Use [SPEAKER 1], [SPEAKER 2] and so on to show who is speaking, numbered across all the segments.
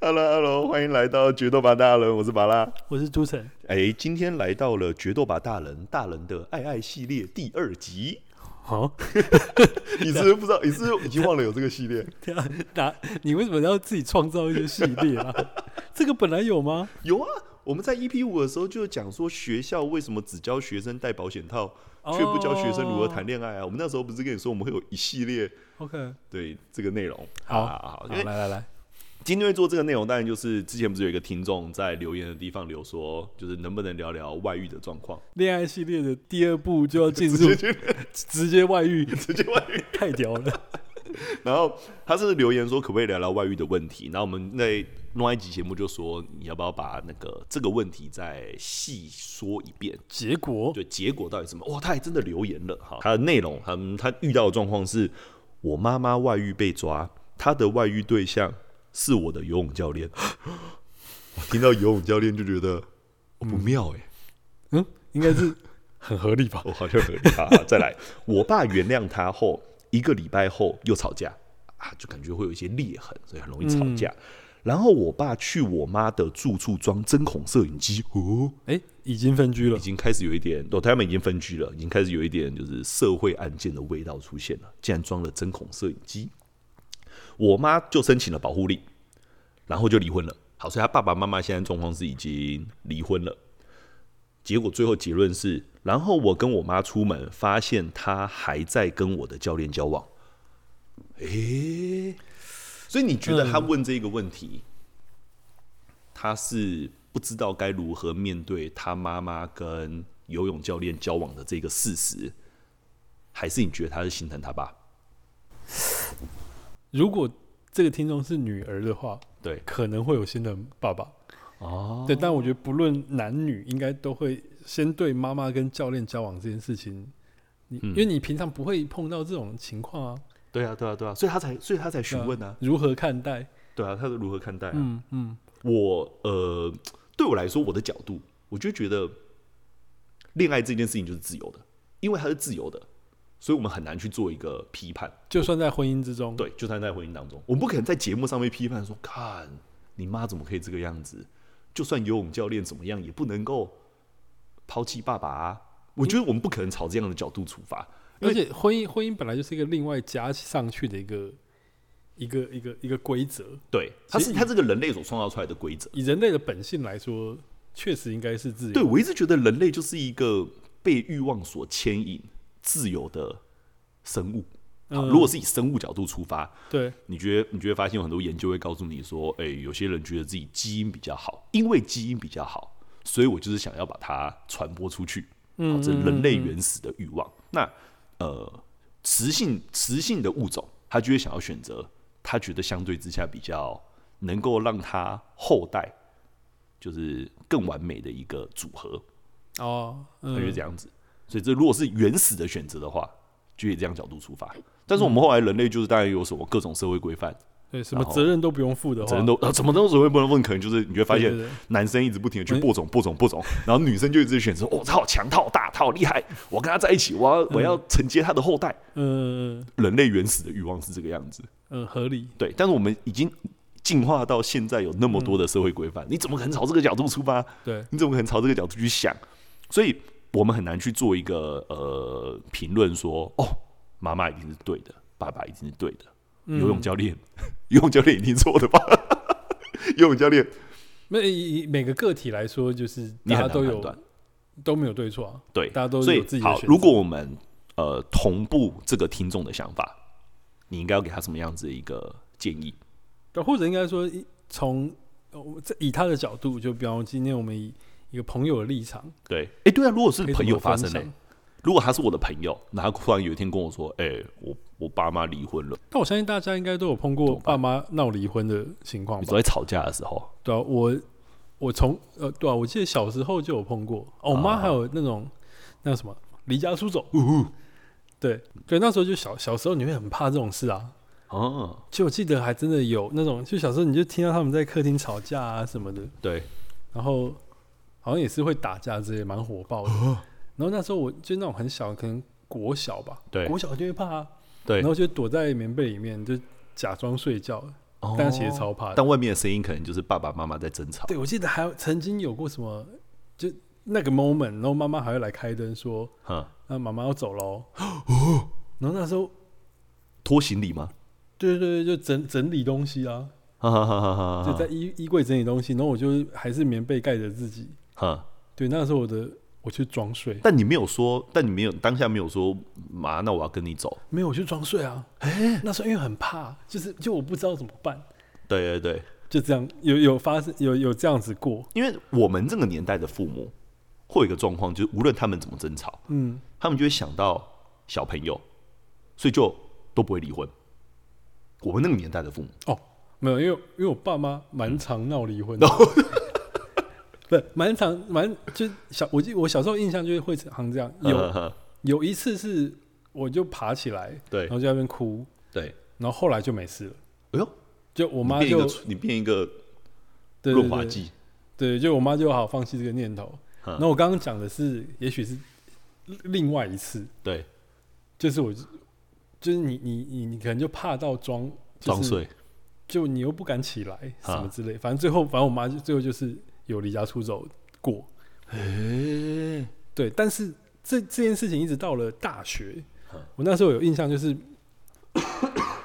[SPEAKER 1] Hello，Hello，欢迎来到决斗吧大人，我是巴拉。
[SPEAKER 2] 我是朱晨，
[SPEAKER 1] 哎，今天来到了决斗吧大人大人的爱爱系列第二集，
[SPEAKER 2] 好、
[SPEAKER 1] 你是不是不知道，你是不是已经忘了有这个系列？
[SPEAKER 2] 对啊，打你为什么要自己创造一些系列啊？ 这个本来有吗？
[SPEAKER 1] 有啊，我们在 EP 五的时候就讲说学校为什么只教学生戴保险套，却不教学生如何谈恋爱啊？我们那时候不是跟你说我们会有一系列
[SPEAKER 2] OK，
[SPEAKER 1] 对这个内容？
[SPEAKER 2] 啊好
[SPEAKER 1] 好好
[SPEAKER 2] 好，，
[SPEAKER 1] 因
[SPEAKER 2] 来
[SPEAKER 1] 为
[SPEAKER 2] 来来，
[SPEAKER 1] 今天会做这个内容，当然就是之前不是有一个听众在留言的地方留说，就是能不能聊聊外遇的状况？
[SPEAKER 2] 恋爱系列的第二部就要进入
[SPEAKER 1] 直接
[SPEAKER 2] 直接外遇，
[SPEAKER 1] 直接外遇。
[SPEAKER 2] 太屌了！
[SPEAKER 1] 然后他是留言说，可不可以聊聊外遇的问题？然后我们在另外一集节目就说，你要不要把那个这个问题再细说一遍？
[SPEAKER 2] 结果
[SPEAKER 1] 对，结果到底是什么？哇，他还真的留言了哦哈。他的内容，他们他遇到的状况是，我妈妈外遇被抓，她的外遇对象是我的游泳教练。 我听到游泳教练就觉得哦不妙哎、
[SPEAKER 2] 嗯，应该是 很合理吧？
[SPEAKER 1] 我哦好像合理。好好啊再来，我爸原谅他后，一个礼拜后又吵架啊，就感觉会有一些裂痕，所以很容易吵架。然后我爸去我妈的住处装针孔摄影机，哦，
[SPEAKER 2] 哎、已经分居了
[SPEAKER 1] 已，经开始有一点，哦，他们已经分居了，已经开始有一点就是社会案件的味道出现了。竟然装了针孔摄影机，我妈就申请了保护令，然后就离婚了。好，所以他爸爸妈妈现在状况是已经离婚了。结果最后结论是，然后我跟我妈出门，发现她还在跟我的教练交往。诶、所以你觉得他问这个问题，他是不知道该如何面对他妈妈跟游泳教练交往的这个事实，还是你觉得他是心疼他爸？
[SPEAKER 2] 如果这个听众是女儿的话，
[SPEAKER 1] 对，
[SPEAKER 2] 可能会有新的爸爸
[SPEAKER 1] 哦，
[SPEAKER 2] 对，但我觉得不论男女，应该都会先对妈妈跟教练交往这件事情，你、
[SPEAKER 1] 嗯
[SPEAKER 2] 因为你平常不会碰到这种情况啊，
[SPEAKER 1] 对啊，对啊，对啊，所以他才，所以他才询问啊，
[SPEAKER 2] 如何看待？
[SPEAKER 1] 对啊，他是如何看待、啊？
[SPEAKER 2] 嗯嗯，
[SPEAKER 1] 我呃，对我来说，我的角度，我就觉得恋爱这件事情就是自由的，因为它是自由的，所以我们很难去做一个批判。
[SPEAKER 2] 就算在婚姻之中，
[SPEAKER 1] 对，就算在婚姻当中，我们不可能在节目上面批判说，看你妈怎么可以这个样子，就算游泳教练怎么样，也不能够抛弃爸爸、啊。我觉得我们不可能朝这样的角度出发，因
[SPEAKER 2] 而
[SPEAKER 1] 为
[SPEAKER 2] 且婚姻婚姻本来就是一个另外加上去的一个一个一个一个规则，
[SPEAKER 1] 对，它
[SPEAKER 2] 其
[SPEAKER 1] 是
[SPEAKER 2] 实
[SPEAKER 1] 它这个人类所创造出来的规则。
[SPEAKER 2] 以人类的本性来说，确实应该是自由。
[SPEAKER 1] 对我一直觉得人类就是一个被欲望所牵引、自由的生物。好，
[SPEAKER 2] 嗯
[SPEAKER 1] 如果是以生物角度出发，
[SPEAKER 2] 对
[SPEAKER 1] 你觉得你就会发现有很多研究会告诉你说，哎、有些人觉得自己基因比较好，因为基因比较好，所以我就是想要把它传播出去。嗯，这人类原始的欲望。那呃，雌性雌性的物种，它就会想要选择，它觉得相对之下比较能够让它后代就是更完美的一个组合，
[SPEAKER 2] 哦，
[SPEAKER 1] 它就是
[SPEAKER 2] 嗯，
[SPEAKER 1] 这样子。所以这如果是原始的选择的话，就以这样角度出发。但是我们后来人类就是当然有什么各种社会规范，
[SPEAKER 2] 对，什么
[SPEAKER 1] 然后
[SPEAKER 2] 责任都不用负的话，
[SPEAKER 1] 责任都 呃怎么都所谓不能问，可能就是你会发现
[SPEAKER 2] 对对对
[SPEAKER 1] 男生一直不停的去播种播种播种，然后女生就一直选择哦，他好强，他好大，他好厉害，我跟他在一起，我要我要承接他的后代。
[SPEAKER 2] 嗯嗯
[SPEAKER 1] 人类原始的欲望是这个样子，
[SPEAKER 2] 嗯合理，
[SPEAKER 1] 对，但是我们已经进化到现在有那么多的社会规范，你怎么可能朝这个角度出发？
[SPEAKER 2] 嗯对，
[SPEAKER 1] 你怎么可能朝这个角度去想？所以我们很难去做一个呃评论说，哦，妈妈一定是对的，爸爸一定是对的，
[SPEAKER 2] 嗯
[SPEAKER 1] 游泳教练，游泳教练一定错的吧？ 游泳教练，
[SPEAKER 2] 那以以每个个体来说，就是
[SPEAKER 1] 你很
[SPEAKER 2] 大家
[SPEAKER 1] 难
[SPEAKER 2] 都
[SPEAKER 1] 判
[SPEAKER 2] 有
[SPEAKER 1] 断。
[SPEAKER 2] 都没有对错啊，
[SPEAKER 1] 对，
[SPEAKER 2] 大家都
[SPEAKER 1] 所以
[SPEAKER 2] 有自己的
[SPEAKER 1] 好
[SPEAKER 2] 选。择
[SPEAKER 1] 如果我们呃同步这个听众的想法，你应该要给他什么样子的一个建议？
[SPEAKER 2] 对，或者应该说一从呃我这以他的角度，就比方说今天我们以一个朋友的立场，
[SPEAKER 1] 对，哎、对啊，如果是
[SPEAKER 2] 可以怎
[SPEAKER 1] 朋
[SPEAKER 2] 么
[SPEAKER 1] 友发
[SPEAKER 2] 分
[SPEAKER 1] 生嘞、
[SPEAKER 2] 享
[SPEAKER 1] 如果他是我的朋友，然后突然有一天跟我说，哎、我我爸妈离婚了，
[SPEAKER 2] 但我相信大家应该都有碰过爸妈闹离婚的情况
[SPEAKER 1] 你
[SPEAKER 2] 吧？
[SPEAKER 1] 说在吵架的时候，
[SPEAKER 2] 对啊，我我从呃对啊，我记得小时候就有碰过，哦、我妈还有那种、那个什么离家出走，对对，那时候就小小时候你会很怕这种事啊。
[SPEAKER 1] 哦、
[SPEAKER 2] 就我记得还真的有那种，就小时候你就听到他们在客厅吵架啊什么的，
[SPEAKER 1] 对，
[SPEAKER 2] 然后好像也是会打架之类，蛮火爆的。
[SPEAKER 1] 哦
[SPEAKER 2] 然后那时候我就那种很小，可能国小吧，
[SPEAKER 1] 对
[SPEAKER 2] 国小就会怕、啊，
[SPEAKER 1] 对
[SPEAKER 2] 然后就躲在棉被里面，就假装睡觉，
[SPEAKER 1] 哦
[SPEAKER 2] 但其实超怕的。
[SPEAKER 1] 但外面的声音可能就是爸爸妈妈在争吵。
[SPEAKER 2] 对，我记得还有曾经有过什么，就那个 moment，然后妈妈还会来开灯说
[SPEAKER 1] 哼，：“
[SPEAKER 2] 那妈妈要走喽。”哦，然后那时候，
[SPEAKER 1] 拖行李吗？
[SPEAKER 2] 对对对，就整整理东西啊，
[SPEAKER 1] 哈哈哈哈哈
[SPEAKER 2] 就在
[SPEAKER 1] 哈。
[SPEAKER 2] 衣衣柜整理东西，然后我就还是棉被盖着自己。
[SPEAKER 1] 哼，
[SPEAKER 2] 对，那时候我的我去装睡，
[SPEAKER 1] 但你没有说，但你没有当下没有说妈，那我要跟你走。
[SPEAKER 2] 没有我去装睡啊。那时候因为很怕，就是就我不知道怎么办，
[SPEAKER 1] 对对对，
[SPEAKER 2] 就这样有有发生有有这样子过，
[SPEAKER 1] 因为我们这个年代的父母会有一个状况，就是无论他们怎么争吵，
[SPEAKER 2] 嗯，
[SPEAKER 1] 他们就会想到小朋友，所以就都不会离婚。我们那个年代的父母，
[SPEAKER 2] 哦，没有，因为因为我爸妈蛮常闹离 婚的，不是蛮常蛮就小我记我小时候印象就是会常这样，有
[SPEAKER 1] 有
[SPEAKER 2] 有一次是我就爬起来，
[SPEAKER 1] 对
[SPEAKER 2] 然后就在那边哭，
[SPEAKER 1] 对，
[SPEAKER 2] 然后后来就没事了，
[SPEAKER 1] 哎呦，
[SPEAKER 2] 就我
[SPEAKER 1] 我
[SPEAKER 2] 妈
[SPEAKER 1] 变一
[SPEAKER 2] 就
[SPEAKER 1] 个你变一个
[SPEAKER 2] 对对
[SPEAKER 1] 润滑
[SPEAKER 2] 对
[SPEAKER 1] 剂，
[SPEAKER 2] 对，就我妈就好放弃这个念头。
[SPEAKER 1] 嗯
[SPEAKER 2] 那我刚刚讲的是，也许是另外一次，
[SPEAKER 1] 对，
[SPEAKER 2] 就是我就是你你你你可能就怕到装
[SPEAKER 1] 装，
[SPEAKER 2] 就是
[SPEAKER 1] 睡，
[SPEAKER 2] 就你又不敢起来什么
[SPEAKER 1] 啊
[SPEAKER 2] 之类，反正最后，反正我妈就最后就是有离家出走过。
[SPEAKER 1] 哎，
[SPEAKER 2] 对，但是这这件事情一直到了大学
[SPEAKER 1] 嗯，
[SPEAKER 2] 我那时候有印象就是，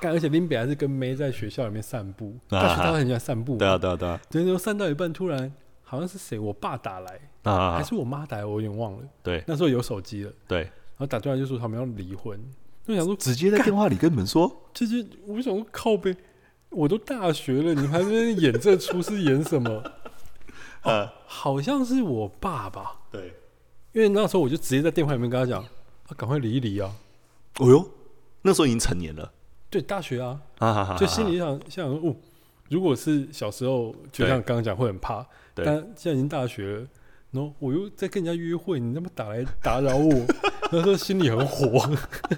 [SPEAKER 2] 干而且林北还是跟梅在学校里面散步，
[SPEAKER 1] 啊
[SPEAKER 2] 大学他很喜欢散步嘛，
[SPEAKER 1] 对啊对啊对啊
[SPEAKER 2] 对，然后散到一半突然好像是谁，我爸打来，
[SPEAKER 1] 啊
[SPEAKER 2] 还
[SPEAKER 1] 啊，哎
[SPEAKER 2] 是我妈打来，我有点忘了，
[SPEAKER 1] 对
[SPEAKER 2] 那时候有手机了，
[SPEAKER 1] 对，
[SPEAKER 2] 然后打电话就说他们要离婚，我想说
[SPEAKER 1] 直接在电话里跟你们说，
[SPEAKER 2] 这就我想说靠背，我都大学了，你还在那边演这出是演什么？
[SPEAKER 1] 呃，
[SPEAKER 2] 好像是我爸吧，
[SPEAKER 1] 对，
[SPEAKER 2] 因为那时候我就直接在电话里面跟他讲，啊，赶快离一离啊，
[SPEAKER 1] 哦呦，那时候已经成年了，
[SPEAKER 2] 对，大学啊，
[SPEAKER 1] 啊哈哈，
[SPEAKER 2] 就心里想想说，哦，如果是小时候，就像刚刚讲会很怕，
[SPEAKER 1] 对
[SPEAKER 2] 但现在已经大学了，然后我又在跟人家约会，你他妈打来打扰我， 那时候心里很火，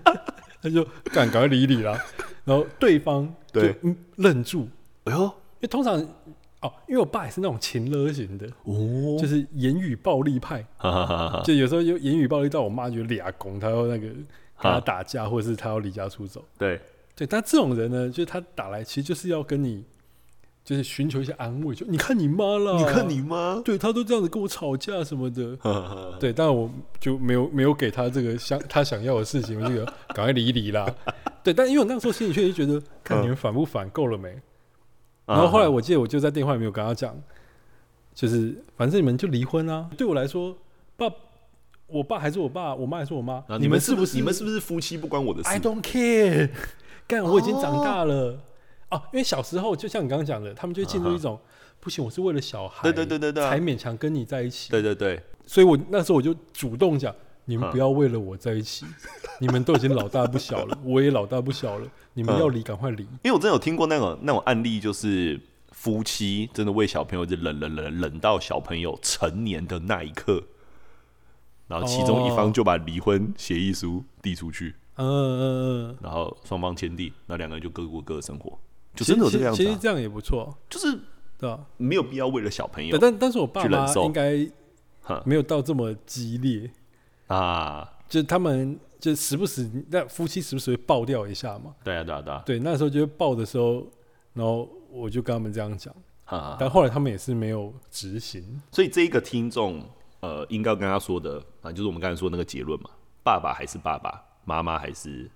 [SPEAKER 2] 他就赶赶快离一离啦，然后对方就
[SPEAKER 1] 对
[SPEAKER 2] 嗯愣住，
[SPEAKER 1] 哎呦，
[SPEAKER 2] 因为通常哦，因为我爸也是那种情勒型的，
[SPEAKER 1] 哦，啊
[SPEAKER 2] 就是言语暴力派。
[SPEAKER 1] 哈哈哈哈，
[SPEAKER 2] 就有时候就言语暴力到我妈觉得俩公，她要那个跟
[SPEAKER 1] 啊
[SPEAKER 2] 她打架，或者是她要离家出走。
[SPEAKER 1] 对，
[SPEAKER 2] 对，但这种人呢，就是他打来其实就是要跟你，就是寻求一些安慰，就你看你妈啦，
[SPEAKER 1] 你看，你妈，
[SPEAKER 2] 对他都这样子跟我吵架什么的。
[SPEAKER 1] 哈哈哈
[SPEAKER 2] 对，但我就没有没有给他这个想他想要的事情，我就觉得赶快离一离啦。 对，但因为我那时候心里确实觉得，看你们反不反，够了没？
[SPEAKER 1] 嗯
[SPEAKER 2] 然后后来我记得我就在电话里面有跟他讲，就是反正你们就离婚啊。对我来说，爸，我爸还是我爸，我妈还是我妈
[SPEAKER 1] 啊，，
[SPEAKER 2] 你
[SPEAKER 1] 们
[SPEAKER 2] 是
[SPEAKER 1] 不
[SPEAKER 2] 是
[SPEAKER 1] 你们是不是夫妻不关我的事
[SPEAKER 2] I don't care，干 我已经长大了哦、因为小时候就像你刚刚讲的，他们就会进入一种、不行，我是为了小孩，
[SPEAKER 1] 啊对对对对对啊
[SPEAKER 2] 才勉强跟你在一起。
[SPEAKER 1] 对对对，
[SPEAKER 2] 所以我那时候我就主动讲，你们
[SPEAKER 1] 嗯
[SPEAKER 2] 不要为了我在一起，你们都已经老大不小了，我也老大不小了，你们
[SPEAKER 1] 嗯
[SPEAKER 2] 要离赶快离。
[SPEAKER 1] 因为我真的有听过那种那种案例，就是夫妻真的为小朋友就冷冷冷冷到小朋友成年的那一刻，然后其中一
[SPEAKER 2] 哦
[SPEAKER 1] 方就把离婚协议书递出去，
[SPEAKER 2] 嗯嗯嗯，
[SPEAKER 1] 然后双方签订，那两个人就各过各的生活，就真的有这
[SPEAKER 2] 其实
[SPEAKER 1] 个样
[SPEAKER 2] 其
[SPEAKER 1] 子、
[SPEAKER 2] 实
[SPEAKER 1] 啊，
[SPEAKER 2] 这样也不错，
[SPEAKER 1] 就是
[SPEAKER 2] 对吧？
[SPEAKER 1] 没有必要为了小朋
[SPEAKER 2] 对，
[SPEAKER 1] 友
[SPEAKER 2] 但但是我爸
[SPEAKER 1] 去忍
[SPEAKER 2] 妈
[SPEAKER 1] 受
[SPEAKER 2] 应该
[SPEAKER 1] 哼
[SPEAKER 2] 没有到这么激烈，
[SPEAKER 1] 啊，
[SPEAKER 2] 就是他们就时不时那夫妻时不时会爆掉一下嘛。
[SPEAKER 1] 对啊对啊对啊，
[SPEAKER 2] 对，那时候就是爆的时候，然后我就跟他们这样讲，
[SPEAKER 1] 啊，
[SPEAKER 2] 但后来他们也是没有执行。
[SPEAKER 1] 所以这一个听众呃，应该跟他说的啊，就是我们刚才说的那个结论嘛，爸爸还是爸爸，妈妈还是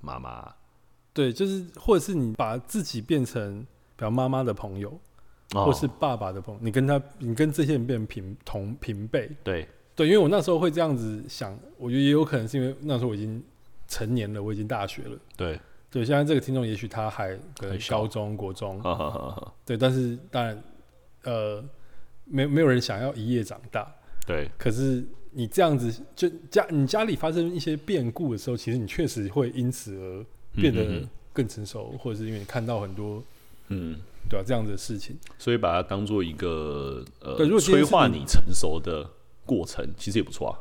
[SPEAKER 1] 妈妈。
[SPEAKER 2] 对，就是或者是你把自己变成，比方妈妈的朋友，
[SPEAKER 1] 哦
[SPEAKER 2] 或是爸爸的朋友，你跟他，你跟这些人变成平同平辈。
[SPEAKER 1] 对，
[SPEAKER 2] 对，因为我那时候会这样子想，我觉得也有可能是因为那时候我已经成年了，我已经大学了。
[SPEAKER 1] 对，
[SPEAKER 2] 对，现在这个听众也许他还可能
[SPEAKER 1] 很小
[SPEAKER 2] 高中、国中，
[SPEAKER 1] 哈哈哈哈，
[SPEAKER 2] 对，但是当然，呃，没没有人想要一夜长大，
[SPEAKER 1] 对，
[SPEAKER 2] 可是你这样子，就家你家里发生一些变故的时候，其实你确实会因此而变
[SPEAKER 1] 嗯嗯
[SPEAKER 2] 得
[SPEAKER 1] 嗯
[SPEAKER 2] 更成熟，或者是因为你看到很多
[SPEAKER 1] 嗯，
[SPEAKER 2] 对啊吧、这样子的事情。
[SPEAKER 1] 所以把它当做一个呃
[SPEAKER 2] 对如果今
[SPEAKER 1] 催
[SPEAKER 2] 天是
[SPEAKER 1] 化
[SPEAKER 2] 你
[SPEAKER 1] 你成熟的过程，其实也不错啊。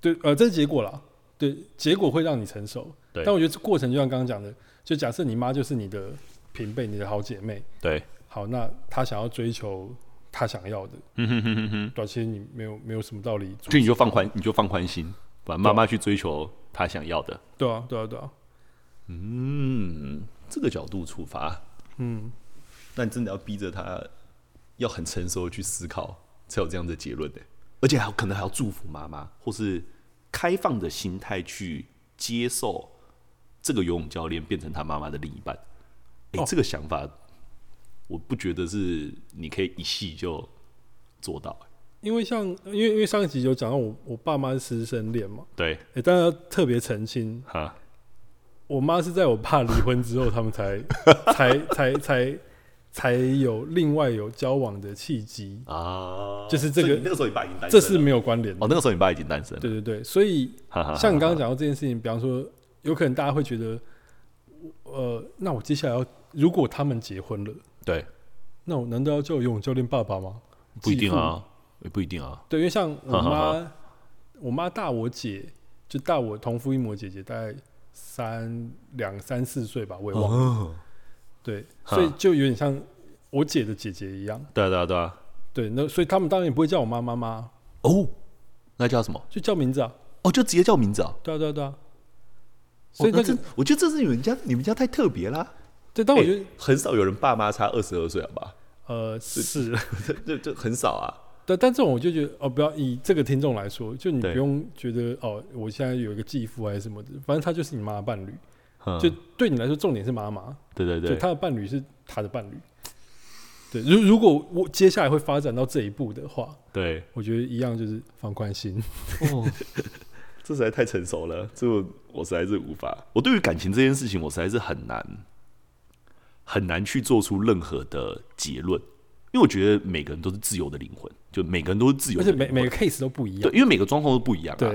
[SPEAKER 2] 对，呃，这是结果啦。对，结果会让你成熟。
[SPEAKER 1] 对
[SPEAKER 2] 但我觉得这过程就像刚刚讲的，就假设你妈就是你的平辈，你的好姐妹，
[SPEAKER 1] 对，
[SPEAKER 2] 好，那她想要追求她想要的，
[SPEAKER 1] 嗯哼哼哼哼，
[SPEAKER 2] 对吧、啊其实你没有没有什么道理阻
[SPEAKER 1] 就你就放宽，你就放宽心，把妈妈去追求她想要的。
[SPEAKER 2] 对啊，对啊，对啊，
[SPEAKER 1] 嗯，这个角度出发，
[SPEAKER 2] 嗯，
[SPEAKER 1] 那你真的要逼着他要很成熟的去思考，才有这样的结论的、欸而且还有可能还要祝福妈妈，或是开放的心态去接受这个游泳教练变成他妈妈的另一半。诶，
[SPEAKER 2] 哦
[SPEAKER 1] 这个想法，我不觉得是你可以一系就做到、欸
[SPEAKER 2] 因为像因为因为上一集有讲到我我爸妈是师生恋嘛，
[SPEAKER 1] 对，
[SPEAKER 2] 哎、但要特别澄清，
[SPEAKER 1] 哈，
[SPEAKER 2] 我妈是在我爸离婚之后，他们才才才才才有另外有交往的契机，
[SPEAKER 1] 啊，
[SPEAKER 2] 就是这个
[SPEAKER 1] 所以你那个时候你爸已经单
[SPEAKER 2] 这
[SPEAKER 1] 身
[SPEAKER 2] 是
[SPEAKER 1] 了
[SPEAKER 2] 没有关联的。
[SPEAKER 1] 哦，那个时候你爸已经单身了，
[SPEAKER 2] 对对对，所以
[SPEAKER 1] 哈哈哈哈
[SPEAKER 2] 像你刚刚讲到这件事情，比方说，有可能大家会觉得，呃，那我接下来要如果他们结婚了，
[SPEAKER 1] 对，
[SPEAKER 2] 那我难道要叫游泳教练爸爸吗？
[SPEAKER 1] 不一定
[SPEAKER 2] 继父。
[SPEAKER 1] 啊，也不一定啊，
[SPEAKER 2] 对，因为像我
[SPEAKER 1] 哈哈
[SPEAKER 2] 妈，我妈大我姐，就大我同父异母的姐姐，大概三两三四岁吧，我也忘了。
[SPEAKER 1] 哦，
[SPEAKER 2] 对，
[SPEAKER 1] 哈
[SPEAKER 2] 所以就有点像我姐的姐姐一样。
[SPEAKER 1] 对啊对啊对啊，
[SPEAKER 2] 对，那所以他们当然也不会叫我妈妈妈，
[SPEAKER 1] 哦，那叫什么？
[SPEAKER 2] 就叫名字啊。
[SPEAKER 1] 哦，就直接叫名字啊。
[SPEAKER 2] 对啊，对啊，对啊。
[SPEAKER 1] 所
[SPEAKER 2] 所
[SPEAKER 1] 以
[SPEAKER 2] 以那个、
[SPEAKER 1] 哦这，我觉得这是你们家你们家太特别啦。
[SPEAKER 2] 对，但我觉得、
[SPEAKER 1] 欸很少有人爸妈差二十二岁，好吧？
[SPEAKER 2] 呃是，
[SPEAKER 1] 这这这很少啊。
[SPEAKER 2] 但但这种我就觉得哦，不要以这个听众来说，就你不
[SPEAKER 1] 对
[SPEAKER 2] 用觉得哦，我现在有一个继父还是什么的，反正他就是你妈的伴侣，
[SPEAKER 1] 嗯
[SPEAKER 2] 就对你来说重点是妈妈，
[SPEAKER 1] 对对
[SPEAKER 2] 就
[SPEAKER 1] 对，
[SPEAKER 2] 他的伴侣是他的伴侣。对，如如果我接下来会发展到这一步的话，
[SPEAKER 1] 对，
[SPEAKER 2] 我觉得一样就是放宽心。
[SPEAKER 1] 哦，这实在太成熟了，这我我实在是无法。我对于感情这件事情，我实在是很难很难去做出任何的结论，因为我觉得每个人都是自由的灵魂，就每个人都是自由
[SPEAKER 2] 而
[SPEAKER 1] 的
[SPEAKER 2] 且
[SPEAKER 1] 灵
[SPEAKER 2] 每
[SPEAKER 1] 魂，
[SPEAKER 2] 每个 case 都不一样
[SPEAKER 1] 对，。因为每个状况都不一样、啊，
[SPEAKER 2] 对，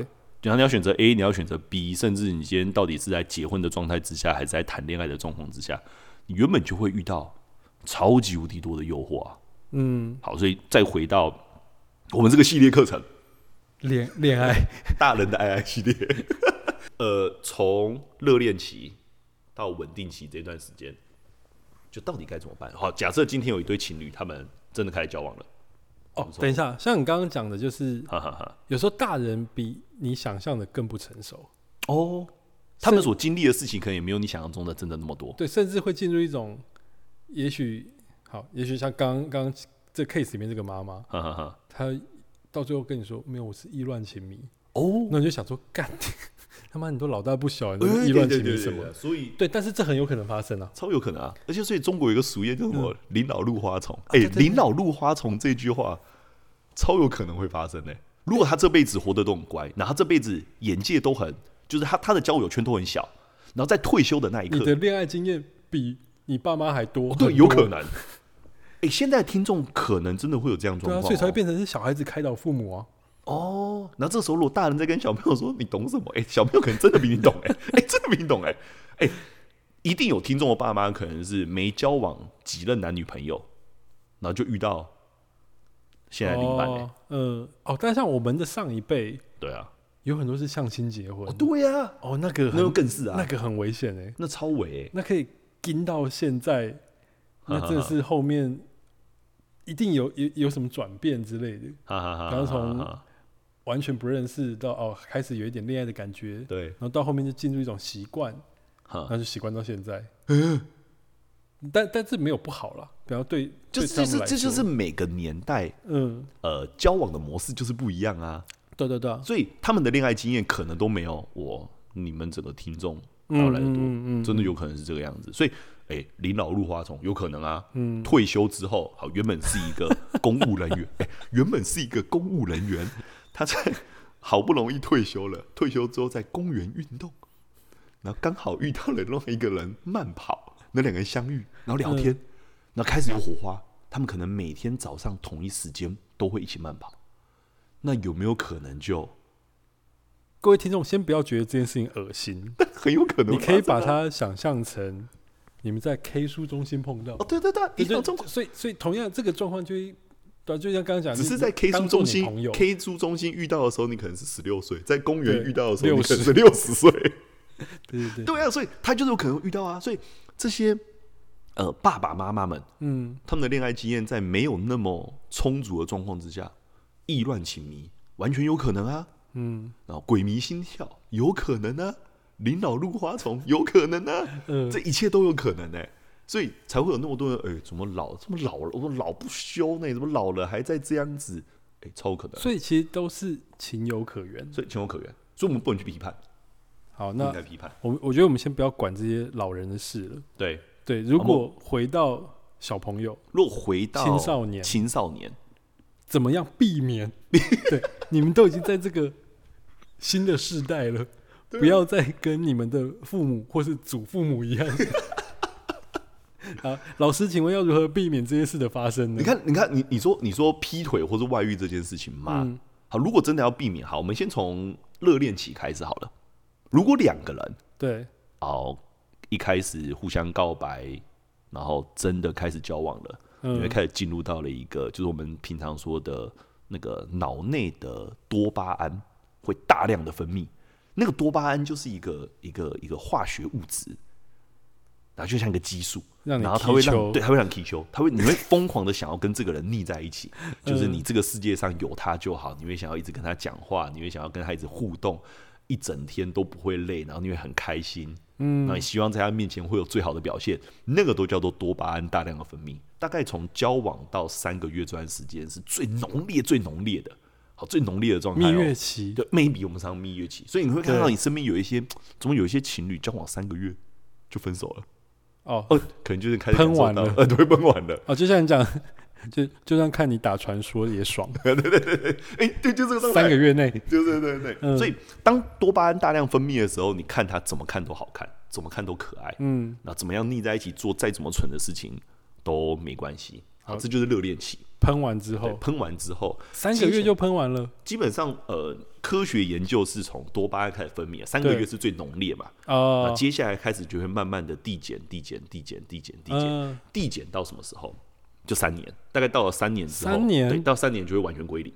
[SPEAKER 1] 然后你要选择 A，你要选择 B，甚至你今天到底是在结婚的状态之下，还是在谈恋爱的状况之下，你原本就会遇到超级无敌多的诱惑啊。
[SPEAKER 2] 嗯，
[SPEAKER 1] 好，所以再回到我们这个系列课程，
[SPEAKER 2] 恋恋爱，
[SPEAKER 1] 大人的爱爱系列， 呃，从热恋期到稳定期这段时间，就到底该怎么办？好，假设今天有一对情侣，他们真的开始交往了，
[SPEAKER 2] 哦，等一下，像你刚刚讲的，就是
[SPEAKER 1] 哈哈哈。
[SPEAKER 2] 有时候大人比你想象的更不成熟，
[SPEAKER 1] 哦，他们所经历的事情可能也没有你想象中的真的那么多。
[SPEAKER 2] 对，甚至会进入一种，也许好，也许像刚刚刚这 case 里面这个妈妈，
[SPEAKER 1] 哈哈哈。
[SPEAKER 2] 她到最后跟你说没有，我是意乱情迷，
[SPEAKER 1] 哦，哎
[SPEAKER 2] 那你就想说干 他妈你都老大不小，你都
[SPEAKER 1] 对
[SPEAKER 2] 意
[SPEAKER 1] 对
[SPEAKER 2] 乱
[SPEAKER 1] 呃对
[SPEAKER 2] 情迷
[SPEAKER 1] 对
[SPEAKER 2] 什
[SPEAKER 1] 对
[SPEAKER 2] 么
[SPEAKER 1] 对，？所以
[SPEAKER 2] 对，但是这很有可能发生啊。
[SPEAKER 1] 超有可能啊！而且，所以中国有一个俗谚叫什么“临老入花丛”。哎、
[SPEAKER 2] 嗯啊对对对
[SPEAKER 1] 临老入花丛”这句话超有可能会发生呢、如果他这辈子活得都很乖，然后他这辈子眼界都很，就是他他的交友圈都很小，然后在退休的那一
[SPEAKER 2] 你
[SPEAKER 1] 刻，
[SPEAKER 2] 的恋爱经验比你爸妈还多，
[SPEAKER 1] 哦对，
[SPEAKER 2] 很
[SPEAKER 1] 有
[SPEAKER 2] 多
[SPEAKER 1] 可能。哎、现在听众可能真的会有这样状
[SPEAKER 2] 对
[SPEAKER 1] 况、哦
[SPEAKER 2] 啊，所以才会变成是小孩子开导父母啊。
[SPEAKER 1] 哦，然后这时候如果大人在跟小朋友说你懂什么，哎、小朋友可能真的比你懂、哎， 哎、真的比你懂、哎，哎、一定有听众的爸妈可能是没交往几任男女朋友，然后就遇到现在另一半、哎、
[SPEAKER 2] 哦，嗯，哦，但像我们的上一辈，
[SPEAKER 1] 对啊，
[SPEAKER 2] 有很多是相亲结婚，
[SPEAKER 1] 哦对呀、啊，
[SPEAKER 2] 哦，那个很
[SPEAKER 1] 那就更是啊，
[SPEAKER 2] 那
[SPEAKER 1] 那
[SPEAKER 2] 个很危险哎、
[SPEAKER 1] 超伟、哎
[SPEAKER 2] 那可以盯到现在，那真的是后面一定有有有什么转变之类的，
[SPEAKER 1] 哈哈哈哈哈哈，
[SPEAKER 2] 然后从完全不认识到哦，开始有一点恋爱的感觉，
[SPEAKER 1] 对，
[SPEAKER 2] 然后到后面就进入一种习惯，然
[SPEAKER 1] 哈，嗯
[SPEAKER 2] 后就习惯到现在。但但这没有不好啦，比方对，
[SPEAKER 1] 就
[SPEAKER 2] 对
[SPEAKER 1] 是
[SPEAKER 2] 他
[SPEAKER 1] 就
[SPEAKER 2] 们
[SPEAKER 1] 是
[SPEAKER 2] 来
[SPEAKER 1] 这就
[SPEAKER 2] 说
[SPEAKER 1] 是每个年代
[SPEAKER 2] 嗯，
[SPEAKER 1] 呃交往的模式就是不一样啊，
[SPEAKER 2] 对对对啊，
[SPEAKER 1] 所以他们的恋爱经验可能都没有我你们整个听众还
[SPEAKER 2] 嗯
[SPEAKER 1] 要来的多，
[SPEAKER 2] 嗯嗯嗯
[SPEAKER 1] 真的有可能是这个样子。所以，哎、临老入花丛有可能啊。
[SPEAKER 2] 嗯
[SPEAKER 1] 退休之后，好，原本是一 个公务人员，哎、原本是一个公务人员，他在好不容易退休了，退休之后在公园运动，然后刚好遇到了另外一个人慢跑，那两个人相遇，然后聊
[SPEAKER 2] 嗯
[SPEAKER 1] 天，然后开始有火花。他们可能每天早上同一时间都会一起慢跑，那有没有可能就
[SPEAKER 2] 各位听众先不要觉得这件事情恶心，
[SPEAKER 1] 很有可能发
[SPEAKER 2] 你可
[SPEAKER 1] 生啊？
[SPEAKER 2] 以把它想象成你们在 K 书中心碰到
[SPEAKER 1] 哦，，对对对，
[SPEAKER 2] 对
[SPEAKER 1] 一
[SPEAKER 2] 对
[SPEAKER 1] 种中，
[SPEAKER 2] 所以所以同样这个状况就会，对啊，就像刚刚讲，
[SPEAKER 1] 只是
[SPEAKER 2] 你
[SPEAKER 1] 在 K 书
[SPEAKER 2] 当做
[SPEAKER 1] 中
[SPEAKER 2] 你
[SPEAKER 1] 心
[SPEAKER 2] 朋友
[SPEAKER 1] ，K 书中心遇到的时候，你可能是十六岁；在公园
[SPEAKER 2] 对
[SPEAKER 1] 遇到的时候，你
[SPEAKER 2] 60
[SPEAKER 1] 可能是六十岁。
[SPEAKER 2] 对对对，
[SPEAKER 1] 对啊，所以他就是有可能遇到啊。所以这些呃爸爸妈妈们，
[SPEAKER 2] 嗯，
[SPEAKER 1] 他们的恋爱经验在没有那么充足的状况之下，意乱情迷，完全有可能啊。
[SPEAKER 2] 嗯，
[SPEAKER 1] 然后鬼迷心窍，有可能啊。临老入花丛，有可能啊。
[SPEAKER 2] 嗯
[SPEAKER 1] 这一切都有可能呢、所以才会有那么多人，哎、怎么老这么老了，我老不休呢？怎么老了还在这样子？哎、超有可能，
[SPEAKER 2] 所以其实都是情有可原。
[SPEAKER 1] 所以情有可原，所以我们不能去批判，
[SPEAKER 2] 好，
[SPEAKER 1] 不应
[SPEAKER 2] 那
[SPEAKER 1] 该批判。
[SPEAKER 2] 我我觉得我们先不要管这些老人的事了。
[SPEAKER 1] 对，
[SPEAKER 2] 对，如
[SPEAKER 1] 好
[SPEAKER 2] 果回到小朋友、
[SPEAKER 1] 若回到
[SPEAKER 2] 青少年，
[SPEAKER 1] 青少年，
[SPEAKER 2] 怎么样避免？ 对，你们都已经在这个新的世代了，
[SPEAKER 1] 啊
[SPEAKER 2] 不要再跟你们的父母或是祖父母一样。 啊，老师，请问要如何避免这些事的发生呢？
[SPEAKER 1] 你看，你看，你你说你说劈腿或是外遇这件事情嘛，
[SPEAKER 2] 嗯
[SPEAKER 1] 好，如果真的要避免，好，我们先从热恋期开始好了。如果两个人
[SPEAKER 2] 对，
[SPEAKER 1] 哦一开始互相告白，然后真的开始交往了，你会
[SPEAKER 2] 嗯，
[SPEAKER 1] 开始进入到了一个就是我们平常说的那个脑内的多巴胺会大量的分泌，那个多巴胺就是一个一个一个化学物质，然后就像一个激素，
[SPEAKER 2] 让你
[SPEAKER 1] 然后它会
[SPEAKER 2] 踢球
[SPEAKER 1] 让对，它会让你踢球，它会你会疯狂的想要跟这个人腻在一 起，就是
[SPEAKER 2] 嗯
[SPEAKER 1] 你这个世界上有他就好，你会想要一直跟他讲话，你会想要跟他一直互动，一整天都不会累，然后你会很开心，嗯，然后你希望在他面前会有最好的表现，那个都叫做多巴胺大量的分泌，大概从交往到三个月这段时间是最浓烈、最浓烈的，好，最浓烈的状态、
[SPEAKER 2] 蜜
[SPEAKER 1] 哦，
[SPEAKER 2] 月期，
[SPEAKER 1] 对，maybe 我们常蜜月期，所以你会看到
[SPEAKER 2] 对
[SPEAKER 1] 你身边有一些，怎么有一些情侣交往三个月就分手了，
[SPEAKER 2] 哦
[SPEAKER 1] 哦，可能就是开始
[SPEAKER 2] 喷
[SPEAKER 1] 感受
[SPEAKER 2] 完
[SPEAKER 1] 到
[SPEAKER 2] 了
[SPEAKER 1] 呃，对，喷完了，
[SPEAKER 2] 哦，就像你讲， 就就算看你打传说也 爽，
[SPEAKER 1] 哎、对，就这个状态
[SPEAKER 2] 三个月内，
[SPEAKER 1] 对对对对，
[SPEAKER 2] 嗯
[SPEAKER 1] 所以当多巴胺大量分泌的时候，你看它怎么看都好看，怎么看都可爱，
[SPEAKER 2] 嗯，
[SPEAKER 1] 那怎么样腻在一起做再怎么蠢的事情都没关系，好，
[SPEAKER 2] 好哦
[SPEAKER 1] 这就是热恋期。
[SPEAKER 2] 喷完之
[SPEAKER 1] 对，
[SPEAKER 2] 后
[SPEAKER 1] 喷完之后，
[SPEAKER 2] 三个月就喷完了，
[SPEAKER 1] 基本上呃，科学研究是从多巴胺开始分泌的，三个
[SPEAKER 2] 对
[SPEAKER 1] 月是最浓烈嘛，那
[SPEAKER 2] 哦，
[SPEAKER 1] 接下来开始就会慢慢的递减、递减、递减、递减、递减，
[SPEAKER 2] 嗯，
[SPEAKER 1] 递减到什么时候？就三年，大概到了三年之后，
[SPEAKER 2] 三年
[SPEAKER 1] 对，到三年就会完全归零。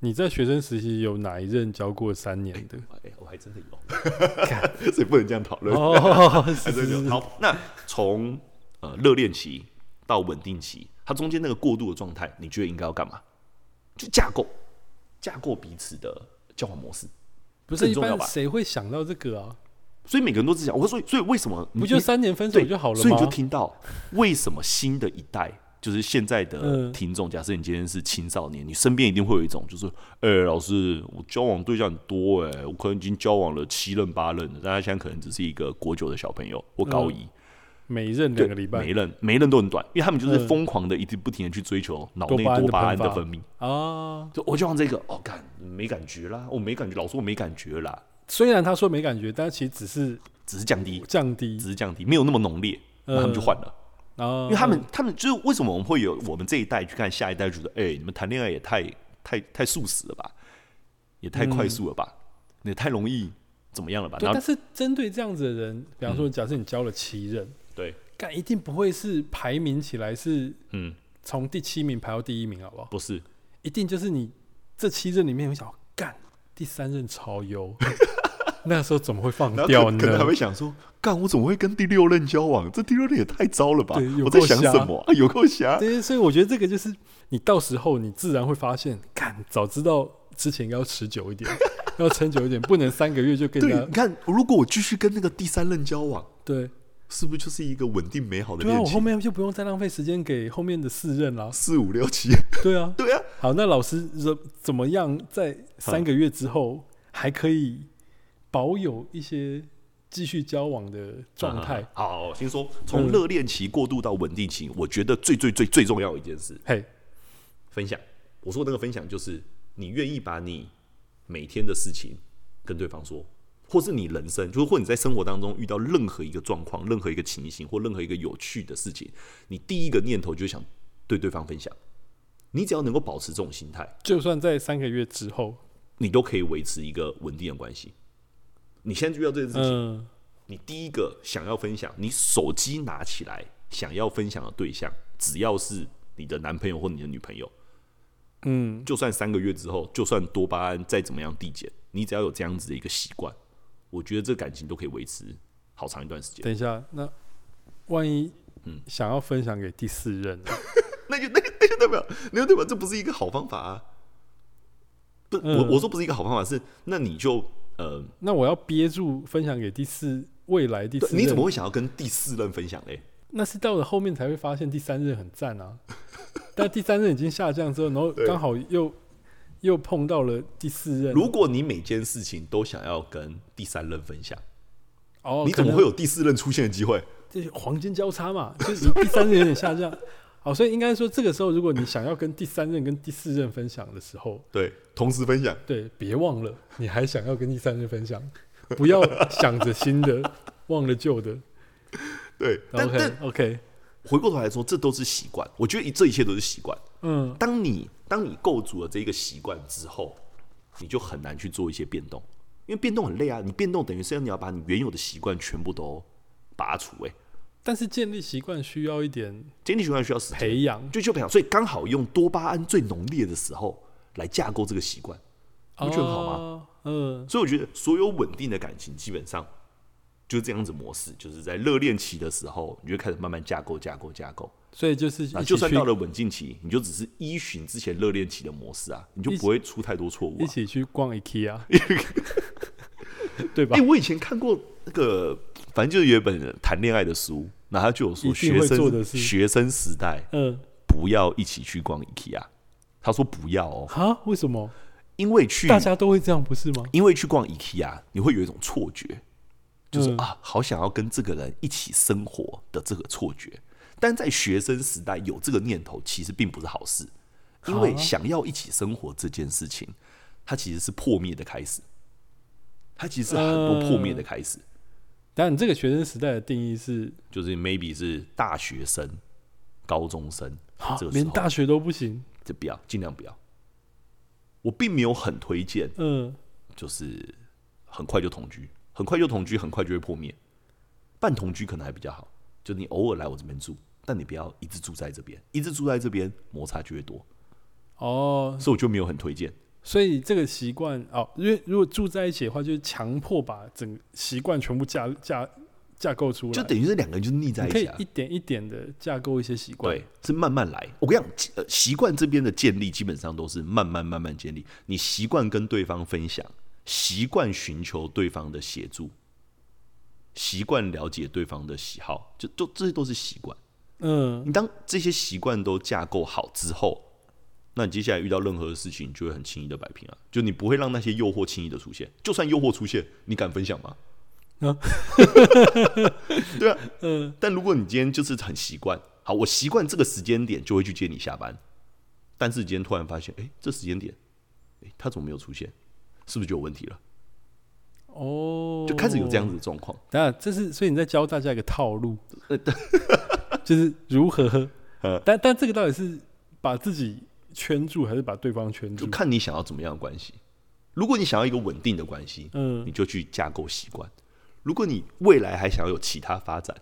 [SPEAKER 2] 你在学生时期有哪一任教过三年的？
[SPEAKER 1] 哎，我还真的有， 所以不能这样讨论。
[SPEAKER 2] 哦，是
[SPEAKER 1] 还
[SPEAKER 2] 是
[SPEAKER 1] 真的有
[SPEAKER 2] 是，
[SPEAKER 1] 好，那从呃热恋期到稳定期，它中间那个过渡的状态，你觉得应该要干嘛？就架构，架构彼此的交往模式。
[SPEAKER 2] 不
[SPEAKER 1] 这
[SPEAKER 2] 是
[SPEAKER 1] 很
[SPEAKER 2] 一
[SPEAKER 1] 重要
[SPEAKER 2] 般
[SPEAKER 1] 吧
[SPEAKER 2] 谁会想到这个啊？
[SPEAKER 1] 所以每个人都是想，我说，所以所以为什么你
[SPEAKER 2] 不就三年分手
[SPEAKER 1] 对
[SPEAKER 2] 就好了吗？
[SPEAKER 1] 所以你就听到为什么新的一代，就是现在的
[SPEAKER 2] 嗯
[SPEAKER 1] 听众，假设你今天是青少年，你身边一定会有一种就是，哎、老师，我交往对象很多哎、我可能已经交往了七任八任了，但他现在可能只是一个国九的小朋友或
[SPEAKER 2] 嗯
[SPEAKER 1] 高一，
[SPEAKER 2] 每任
[SPEAKER 1] 对
[SPEAKER 2] 两个礼拜
[SPEAKER 1] 每一任每一任都很短，因为他们就是
[SPEAKER 2] 嗯
[SPEAKER 1] 疯狂的一直不停的去追求脑内
[SPEAKER 2] 多巴胺的
[SPEAKER 1] 多巴胺
[SPEAKER 2] 喷
[SPEAKER 1] 的
[SPEAKER 2] 发
[SPEAKER 1] 分泌，
[SPEAKER 2] 啊。
[SPEAKER 1] 就我交往这个，哦，感没感觉啦，我没感觉，老师我没感觉啦，
[SPEAKER 2] 虽然他说没感觉，但其实只是
[SPEAKER 1] 只是降低，
[SPEAKER 2] 降低
[SPEAKER 1] 只是降低，没有那么浓烈，然后他们就
[SPEAKER 2] 嗯
[SPEAKER 1] 换了。
[SPEAKER 2] 啊，
[SPEAKER 1] 因为他们他们就是为什么我们会有我们这一代去看下一代，觉得哎、你们谈恋爱也太太太速死了吧，也
[SPEAKER 2] 嗯
[SPEAKER 1] 太快速了吧，也太容易怎么样了吧？
[SPEAKER 2] 对，
[SPEAKER 1] 然后
[SPEAKER 2] 但是针对这样子的人，比方说，假设你教了七任，
[SPEAKER 1] 对，
[SPEAKER 2] 干一定不会是排名起来是
[SPEAKER 1] 嗯，
[SPEAKER 2] 从第七名排到第一名，好不好？
[SPEAKER 1] 不是，
[SPEAKER 2] 一定就是你这七任里面，我想哦干第三任超优， 那时候怎么会放
[SPEAKER 1] 然后
[SPEAKER 2] 掉
[SPEAKER 1] 可
[SPEAKER 2] 呢？
[SPEAKER 1] 可能还会想说，干我怎么会跟第六任交往？这第六任也太糟了吧
[SPEAKER 2] 对？有
[SPEAKER 1] 我在
[SPEAKER 2] 够
[SPEAKER 1] 想
[SPEAKER 2] 瞎
[SPEAKER 1] 什么？啊、有够瞎。
[SPEAKER 2] 对，所以我觉得这个就是你到时候你自然会发现，看早知道之前应该要持久一 点，要撑久一点，不能三个月就跟
[SPEAKER 1] 对，
[SPEAKER 2] 人
[SPEAKER 1] 你
[SPEAKER 2] 家
[SPEAKER 1] 看，如果我继续跟那个第三任交往，
[SPEAKER 2] 对
[SPEAKER 1] 是不是就是一个稳定美好的
[SPEAKER 2] 对啊，
[SPEAKER 1] 恋
[SPEAKER 2] 我后
[SPEAKER 1] 情？。
[SPEAKER 2] 面就不用再浪费时间给后面的四任啦
[SPEAKER 1] 四五六七，
[SPEAKER 2] 对啊，
[SPEAKER 1] 对啊，
[SPEAKER 2] 好，那老师怎怎么样在三个月之后还可以保有一些继续交往的状态？
[SPEAKER 1] 啊好，先说从
[SPEAKER 2] 嗯
[SPEAKER 1] 热恋期过渡到稳定期，我觉得最最最最重要的一件事
[SPEAKER 2] 嘿，
[SPEAKER 1] 分享。我说的那个分享就是你愿意把你每天的事情跟对方说，或是你人生，就是或你在生活当中遇到任何一个状况、任何一个情形或任何一个有趣的事情，你第一个念头就是想对对方分享。你只要能够保持这种心态，
[SPEAKER 2] 就算在三个月之后，
[SPEAKER 1] 你都可以维持一个稳定的关系。你现在遇到这件事情，
[SPEAKER 2] 嗯，
[SPEAKER 1] 你第一个想要分享，你手机拿起来想要分享的对象，只要是你的男朋友或你的女朋友，
[SPEAKER 2] 嗯，
[SPEAKER 1] 就算三个月之后，就算多巴胺再怎么样递减，你只要有这样子的一个习惯，我觉得这感情都可以维持好长一段时间。
[SPEAKER 2] 等一下，那万一
[SPEAKER 1] 嗯
[SPEAKER 2] 想要分享给第四任呢？
[SPEAKER 1] 那就那 就那就代表，那就代表这不是一个好方法啊！不，我
[SPEAKER 2] 嗯
[SPEAKER 1] 我说不是一个好方法，是那你就呃，
[SPEAKER 2] 那我要憋住分享给第四未来第
[SPEAKER 1] 对
[SPEAKER 2] 四任，
[SPEAKER 1] 你怎么会想要跟第四任分享嘞？
[SPEAKER 2] 那是到了后面才会发现第三任很赞啊， 但第三任已经下降之后，然后
[SPEAKER 1] 对
[SPEAKER 2] 刚好又又碰到了第四任，
[SPEAKER 1] 如果你每件事情都想要跟第三任分享，
[SPEAKER 2] 哦，
[SPEAKER 1] 你
[SPEAKER 2] 可
[SPEAKER 1] 怎么
[SPEAKER 2] 能
[SPEAKER 1] 会有第四任出现的机会？
[SPEAKER 2] 这是黄金交叉嘛？就是你第三任有点下降， 好，所以应该说这个时候，如果你想要跟第三任跟第四任分享的时候，
[SPEAKER 1] 对，同时分享。
[SPEAKER 2] 对，别忘了你还想要跟第三任分享，不要想着新的， 忘了旧的。
[SPEAKER 1] 对，但
[SPEAKER 2] OK
[SPEAKER 1] 但
[SPEAKER 2] OK，
[SPEAKER 1] 回过头来说，这都是习惯。我觉得这一切都是习惯。
[SPEAKER 2] 嗯，
[SPEAKER 1] 当你当你构筑了这一个习惯之后，你就很难去做一些变动，因为变动很累啊。你变动等于是要你要把你原有的习惯全部都拔除、欸。哎，
[SPEAKER 2] 但是建立习惯需要一点
[SPEAKER 1] 建立习惯需要时间，
[SPEAKER 2] 培养，
[SPEAKER 1] 就就培养，所以刚好用多巴胺最浓烈的时候来架构这个习惯，你不觉得很好吗？
[SPEAKER 2] 吗？嗯，
[SPEAKER 1] 所以我觉得所有稳定的感情基本上就是这样子模式，就是在热恋期的时候，你就开始慢慢架构、架构、架构。
[SPEAKER 2] 所以就是一
[SPEAKER 1] 那
[SPEAKER 2] 起
[SPEAKER 1] 就算
[SPEAKER 2] 去
[SPEAKER 1] 到了稳定期，你就只是依循之前热恋期的模式啊，你就
[SPEAKER 2] 一起
[SPEAKER 1] 不会出太多错误、
[SPEAKER 2] 一
[SPEAKER 1] 啊。
[SPEAKER 2] 起去逛 IKEA，对吧
[SPEAKER 1] 哎、？我以前看过那个，反正就是有一本谈恋爱的书，那他就有说
[SPEAKER 2] 一定
[SPEAKER 1] 学
[SPEAKER 2] 会做
[SPEAKER 1] 生
[SPEAKER 2] 的事
[SPEAKER 1] 学生时代
[SPEAKER 2] 嗯，
[SPEAKER 1] 不要一起去逛 IKEA，他说不要哦，
[SPEAKER 2] 啊，为什么
[SPEAKER 1] 因为去
[SPEAKER 2] 大家都会这样，不是吗？
[SPEAKER 1] 因为去逛 IKEA，你会有一种错觉，就是、
[SPEAKER 2] 嗯
[SPEAKER 1] 啊，好想要跟这个人一起生活的这个错觉。但在学生时代有这个念头，其实并不是好事，因为
[SPEAKER 2] 啊
[SPEAKER 1] 想要一起生活这件事情，它其实是破灭的开始，它其实是很多破灭的开始，
[SPEAKER 2] 呃但这个学生时代的定义是，
[SPEAKER 1] 就是 maybe 是大学生、高中生
[SPEAKER 2] 啊
[SPEAKER 1] 这个时
[SPEAKER 2] 连
[SPEAKER 1] 候，
[SPEAKER 2] 大学都不行。
[SPEAKER 1] 就不要，尽量不要。我并没有很推荐，
[SPEAKER 2] 嗯，
[SPEAKER 1] 就是很快就同居，很快就同居，很快就会破灭。半同居可能还比较好，就你偶尔来我这边住，但你不要一直住在这边，一直住在这边摩擦就会多，
[SPEAKER 2] 哦，
[SPEAKER 1] 所以我就没有很推荐。
[SPEAKER 2] 所以这个习惯哦，因为如果住在一起的话，就是强迫把整个习惯全部架架架构出来，
[SPEAKER 1] 就等于是两个人就是腻在
[SPEAKER 2] 你
[SPEAKER 1] 一
[SPEAKER 2] 可
[SPEAKER 1] 起、
[SPEAKER 2] 以
[SPEAKER 1] 啊
[SPEAKER 2] 一，点一点的架构一些习惯。
[SPEAKER 1] 对，是慢慢来。我跟你讲，呃习惯这边的建立基本上都是慢慢慢慢建立，你习惯跟对方分享，习惯寻求对方的协助，习惯了解对方的喜好，就就这些都是习惯。
[SPEAKER 2] 嗯，
[SPEAKER 1] 你当这些习惯都架构好之后，那你接下来遇到任何事情，你就会很轻易的摆平啊，就你不会让那些诱惑轻易的出现。就算诱惑出现，你敢分享吗？
[SPEAKER 2] 啊
[SPEAKER 1] 对啊，
[SPEAKER 2] 嗯，
[SPEAKER 1] 但如果你今天就是很习惯，好，我习惯这个时间点就会去接你下班，但是你今天突然发现，哎、这时间点，哎、他怎么没有出现？是不是就有问题了？
[SPEAKER 2] 哦，
[SPEAKER 1] 就开始有这样子的状况。
[SPEAKER 2] 等下，这是所以你在教大家一个套路， 就是如何
[SPEAKER 1] 呃，
[SPEAKER 2] 但但这个到底是把自己圈住，还是把对方圈
[SPEAKER 1] 就
[SPEAKER 2] 住？
[SPEAKER 1] 看你想要怎么样的关系。如果你想要一个稳定的关系，
[SPEAKER 2] 嗯
[SPEAKER 1] 你，就去架构习惯。如果你未来还想要有其他发展，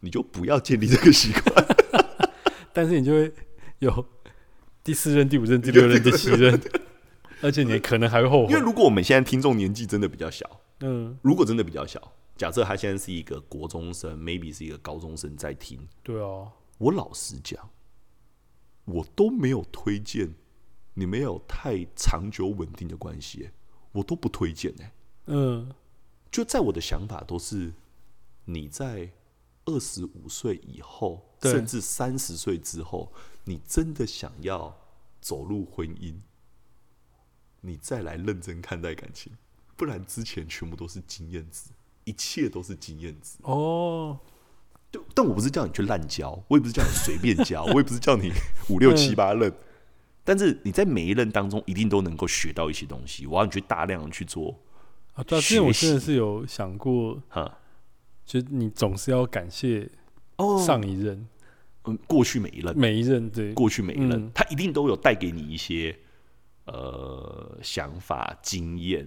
[SPEAKER 1] 你就不要建立这个 习惯。
[SPEAKER 2] 但是你就会有第四任、第五任、第六任、第七 任，而且你可能还会后
[SPEAKER 1] 因为
[SPEAKER 2] 悔。
[SPEAKER 1] 如果我们现在听众年纪真的比较小，
[SPEAKER 2] 嗯，
[SPEAKER 1] 如果真的比较小，假设他现在是一个国中生，maybe 是一个高中生在听，
[SPEAKER 2] 对哦，
[SPEAKER 1] 我老实讲，我都没有推荐你们要有太长久稳定的关系，我都不推荐哎、
[SPEAKER 2] 嗯，
[SPEAKER 1] 就在我的想法都是，你在二十五岁以后，
[SPEAKER 2] 对
[SPEAKER 1] 甚至三十岁之后，你真的想要走入婚姻，你再来认真看待感情，不然之前全部都是经验值，一切都是经验值。
[SPEAKER 2] 哦，
[SPEAKER 1] 对，但我不是叫你去滥交，我也不是叫你随便交，我也不是叫 你五
[SPEAKER 2] 嗯
[SPEAKER 1] 六七八任。但是你在每一任当中，一定都能够学到一些东西。我要你去大量的去做，
[SPEAKER 2] 啊，对啊，之前我真的是有想过，
[SPEAKER 1] 哈，
[SPEAKER 2] 就是你总是要感谢
[SPEAKER 1] 哦
[SPEAKER 2] 上一任，
[SPEAKER 1] 嗯，过去每一任，
[SPEAKER 2] 每一任对，
[SPEAKER 1] 过去每一任，
[SPEAKER 2] 嗯
[SPEAKER 1] 他一定都有带给你一些呃想法、经验、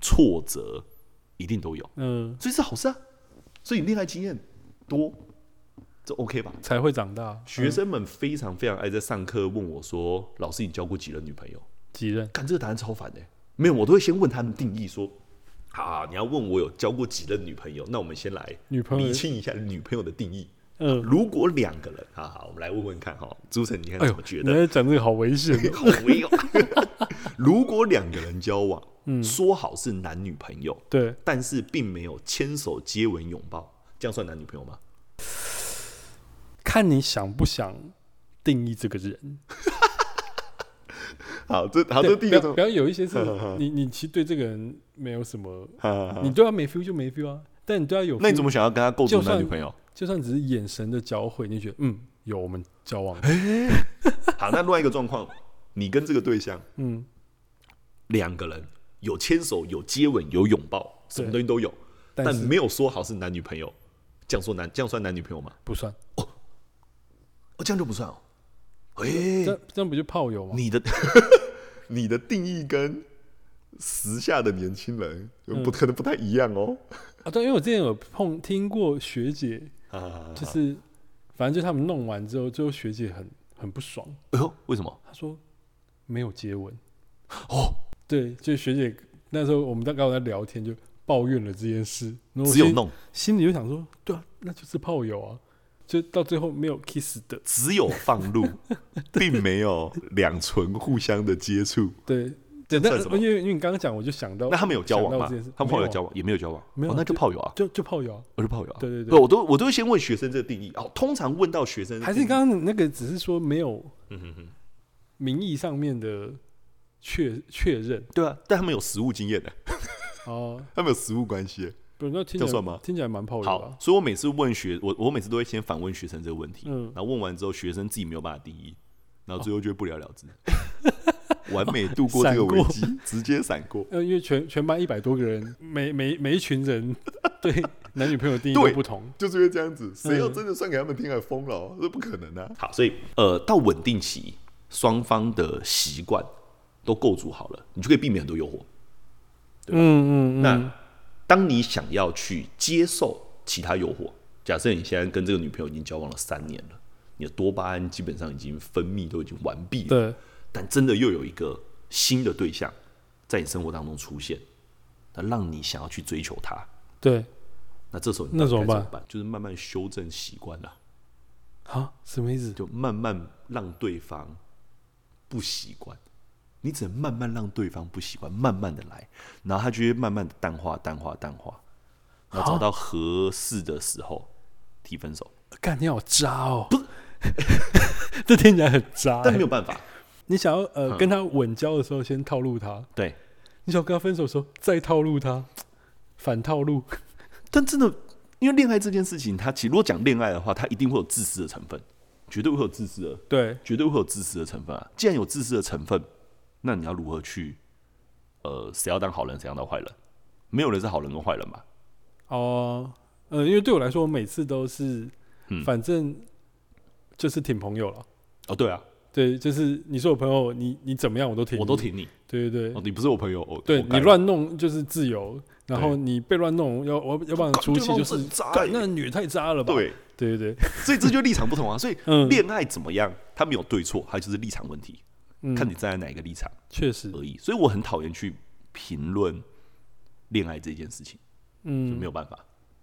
[SPEAKER 1] 挫折，一定都有，
[SPEAKER 2] 嗯，
[SPEAKER 1] 所以是好事啊。所以恋爱经验多，这 OK 吧？
[SPEAKER 2] 才会长大。
[SPEAKER 1] 学生们非常非常爱在上课问我说：“老师，你交过几任女朋友
[SPEAKER 2] 几任？”？
[SPEAKER 1] 干这个答案超烦的、没有，我都会先问他们定义说：“啊，你要问我有交过几任女朋友？那我们先来
[SPEAKER 2] 女朋友
[SPEAKER 1] 理清一下女朋友的定义。
[SPEAKER 2] 嗯，
[SPEAKER 1] 如果两个人，好好，我们来问问看哈，朱晨，你看
[SPEAKER 2] 哎
[SPEAKER 1] 怎
[SPEAKER 2] 呦
[SPEAKER 1] 么，觉
[SPEAKER 2] 你
[SPEAKER 1] 得？
[SPEAKER 2] 在讲这个好危险 哦。
[SPEAKER 1] 好没有。如果两个人交往，
[SPEAKER 2] 嗯
[SPEAKER 1] 说好是男女朋友，
[SPEAKER 2] 对，
[SPEAKER 1] 但是并没有牵手、接吻、拥抱，这样算男女朋友吗？
[SPEAKER 2] 看你想不想定义这个人。
[SPEAKER 1] 好，这好，这
[SPEAKER 2] 对，
[SPEAKER 1] 第一
[SPEAKER 2] 比
[SPEAKER 1] 个
[SPEAKER 2] 方
[SPEAKER 1] 怎么，
[SPEAKER 2] 比方有一些是你你其实对这个人没有什么，
[SPEAKER 1] 好好好
[SPEAKER 2] 你对他没 feel 就没 feel 啊，但你对他有 feel，
[SPEAKER 1] 那你怎么想要跟他构
[SPEAKER 2] 就
[SPEAKER 1] 筑男
[SPEAKER 2] 算
[SPEAKER 1] 女朋友？
[SPEAKER 2] 就算只是眼神的交汇，你就觉得嗯，有我们交往，
[SPEAKER 1] 哎好，那另外一个状况，你跟这个对象
[SPEAKER 2] 嗯，
[SPEAKER 1] 两个人有牵手、有接吻、有拥抱，什么
[SPEAKER 2] 对
[SPEAKER 1] 东西都有，
[SPEAKER 2] 但
[SPEAKER 1] 但
[SPEAKER 2] 是
[SPEAKER 1] 没有说好是男女朋友，这样说男这样算男女朋友吗？
[SPEAKER 2] 不算，
[SPEAKER 1] 哦，这样就不算哦。哎、
[SPEAKER 2] 这样这样不就炮友吗？
[SPEAKER 1] 你的 你的定义跟时下的年轻人
[SPEAKER 2] 嗯
[SPEAKER 1] 不、可能不太一样哦。
[SPEAKER 2] 啊，对，因为我之前有碰听过学姐，
[SPEAKER 1] 啊，
[SPEAKER 2] 就是反正就他们弄完之后，最后学姐很很不爽，
[SPEAKER 1] 哎呦，为什么？
[SPEAKER 2] 她说没有接吻，
[SPEAKER 1] 哦，
[SPEAKER 2] 对，就学姐那时候我们在刚好在聊天，就抱怨了这件事，然后我
[SPEAKER 1] 只有
[SPEAKER 2] 心
[SPEAKER 1] 弄，
[SPEAKER 2] 心里就想说，对啊，那就是炮友啊，就到最后没有 kiss 的，
[SPEAKER 1] 只有放 入，并没有两唇互相的接触。
[SPEAKER 2] 对。对，
[SPEAKER 1] 算
[SPEAKER 2] 那
[SPEAKER 1] 什么
[SPEAKER 2] 因为因为你刚刚讲，我就想到，
[SPEAKER 1] 那他们有交往
[SPEAKER 2] 哦想到
[SPEAKER 1] 吗
[SPEAKER 2] 这件事？
[SPEAKER 1] 他们后来有
[SPEAKER 2] 没有啊
[SPEAKER 1] 交往，也没有交往，
[SPEAKER 2] 没
[SPEAKER 1] 哦
[SPEAKER 2] 有啊
[SPEAKER 1] 那就
[SPEAKER 2] 就
[SPEAKER 1] 炮友啊，
[SPEAKER 2] 就就炮友啊，
[SPEAKER 1] 我是炮友啊。
[SPEAKER 2] 对对对
[SPEAKER 1] 对，我都我都会先问学生这个定义。哦，通常问到学生的
[SPEAKER 2] 嗯还是
[SPEAKER 1] 定义，
[SPEAKER 2] 刚刚那个只是说没有
[SPEAKER 1] 嗯哼哼，
[SPEAKER 2] 名义上面的确确认
[SPEAKER 1] 对啊，但他们有实务经验的，
[SPEAKER 2] 哦，
[SPEAKER 1] 他们有实务关系的。
[SPEAKER 2] 不是那
[SPEAKER 1] 这
[SPEAKER 2] 听起
[SPEAKER 1] 样
[SPEAKER 2] 来
[SPEAKER 1] 算吗
[SPEAKER 2] 听起来蛮炮友的
[SPEAKER 1] 好
[SPEAKER 2] 啊，，
[SPEAKER 1] 所以我每次问学，我我每次都会先反问学生这个问题，
[SPEAKER 2] 嗯哦
[SPEAKER 1] 然后问完之后，学生自己没有办法定义，然后最后就会不了了之， 完美度过这个危机，直接闪过。
[SPEAKER 2] 呃，因为全全班一百多个人，每每每一群人 对男女朋友定义都
[SPEAKER 1] 对
[SPEAKER 2] 不同，
[SPEAKER 1] 就是因为这样子，谁要
[SPEAKER 2] 嗯
[SPEAKER 1] 真的算给他们听，还疯了、这不可能啊！好，所以呃，到稳定期，双方的习惯都构筑好了，你就可以避免很多诱惑。
[SPEAKER 2] 嗯嗯嗯，
[SPEAKER 1] 那当你想要去接受其他诱惑，假设你现在跟这个女朋友已经交往了三年了，你的多巴胺基本上已经分泌都已经完毕了，
[SPEAKER 2] 对，
[SPEAKER 1] 但真的又有一个新的对象在你生活当中出现，那让你想要去追求他，
[SPEAKER 2] 对，
[SPEAKER 1] 那这时候你
[SPEAKER 2] 那
[SPEAKER 1] 到底
[SPEAKER 2] 怎么
[SPEAKER 1] 该怎么
[SPEAKER 2] 办
[SPEAKER 1] 办？就是慢慢修正习惯了，
[SPEAKER 2] 啊，什么意思？
[SPEAKER 1] 就慢慢让对方不习惯。你只能慢慢让对方不习惯，慢慢的来，然后他就会慢慢的淡化、淡化、淡化，然后找到合适的时候提分手，
[SPEAKER 2] 干你好渣哦， 这听起来很渣
[SPEAKER 1] 但没
[SPEAKER 2] 欸。
[SPEAKER 1] 有嗯办法，
[SPEAKER 2] 你想要呃跟他稳交的时候先套路他，
[SPEAKER 1] 对，
[SPEAKER 2] 你想要跟他分手的时候再套路他，反套路，
[SPEAKER 1] 但真的，因为恋爱这件事情，它其实如果讲恋爱的话，它一定会有自私的成分，绝对会有自私的，
[SPEAKER 2] 对，
[SPEAKER 1] 绝对会有自私的成分啊。既然有自私的成分，那你要如何去，呃，谁要当好人，谁要当坏人？没有人是好人跟坏人嘛，
[SPEAKER 2] 哦，呃，因为对我来说，我每次都是，
[SPEAKER 1] 嗯
[SPEAKER 2] 反正就是挺朋友了。
[SPEAKER 1] 哦，对啊，
[SPEAKER 2] 对，就是你是我朋友，你你怎么样我都挺，
[SPEAKER 1] 我都。挺你，
[SPEAKER 2] 对对对，
[SPEAKER 1] 哦，你不是我朋友，哦，
[SPEAKER 2] 对
[SPEAKER 1] 我
[SPEAKER 2] 你
[SPEAKER 1] 干
[SPEAKER 2] 乱弄就是自由，然后
[SPEAKER 1] 对
[SPEAKER 2] 你被乱弄，要我要不然
[SPEAKER 1] 干
[SPEAKER 2] 出
[SPEAKER 1] 对
[SPEAKER 2] 气
[SPEAKER 1] 方
[SPEAKER 2] 就是
[SPEAKER 1] 真渣
[SPEAKER 2] 干
[SPEAKER 1] 欸
[SPEAKER 2] 那女太渣了吧？
[SPEAKER 1] 对，
[SPEAKER 2] 对 对对，
[SPEAKER 1] 所以这就立场不同啊。 所以
[SPEAKER 2] 嗯
[SPEAKER 1] 恋爱怎么样，它没有对错，它就是立场问题，
[SPEAKER 2] 嗯，
[SPEAKER 1] 看你站在哪一个立场
[SPEAKER 2] 确实，
[SPEAKER 1] 而已。所以我很讨厌去评论恋爱这件事情，
[SPEAKER 2] 嗯，
[SPEAKER 1] 没有办法。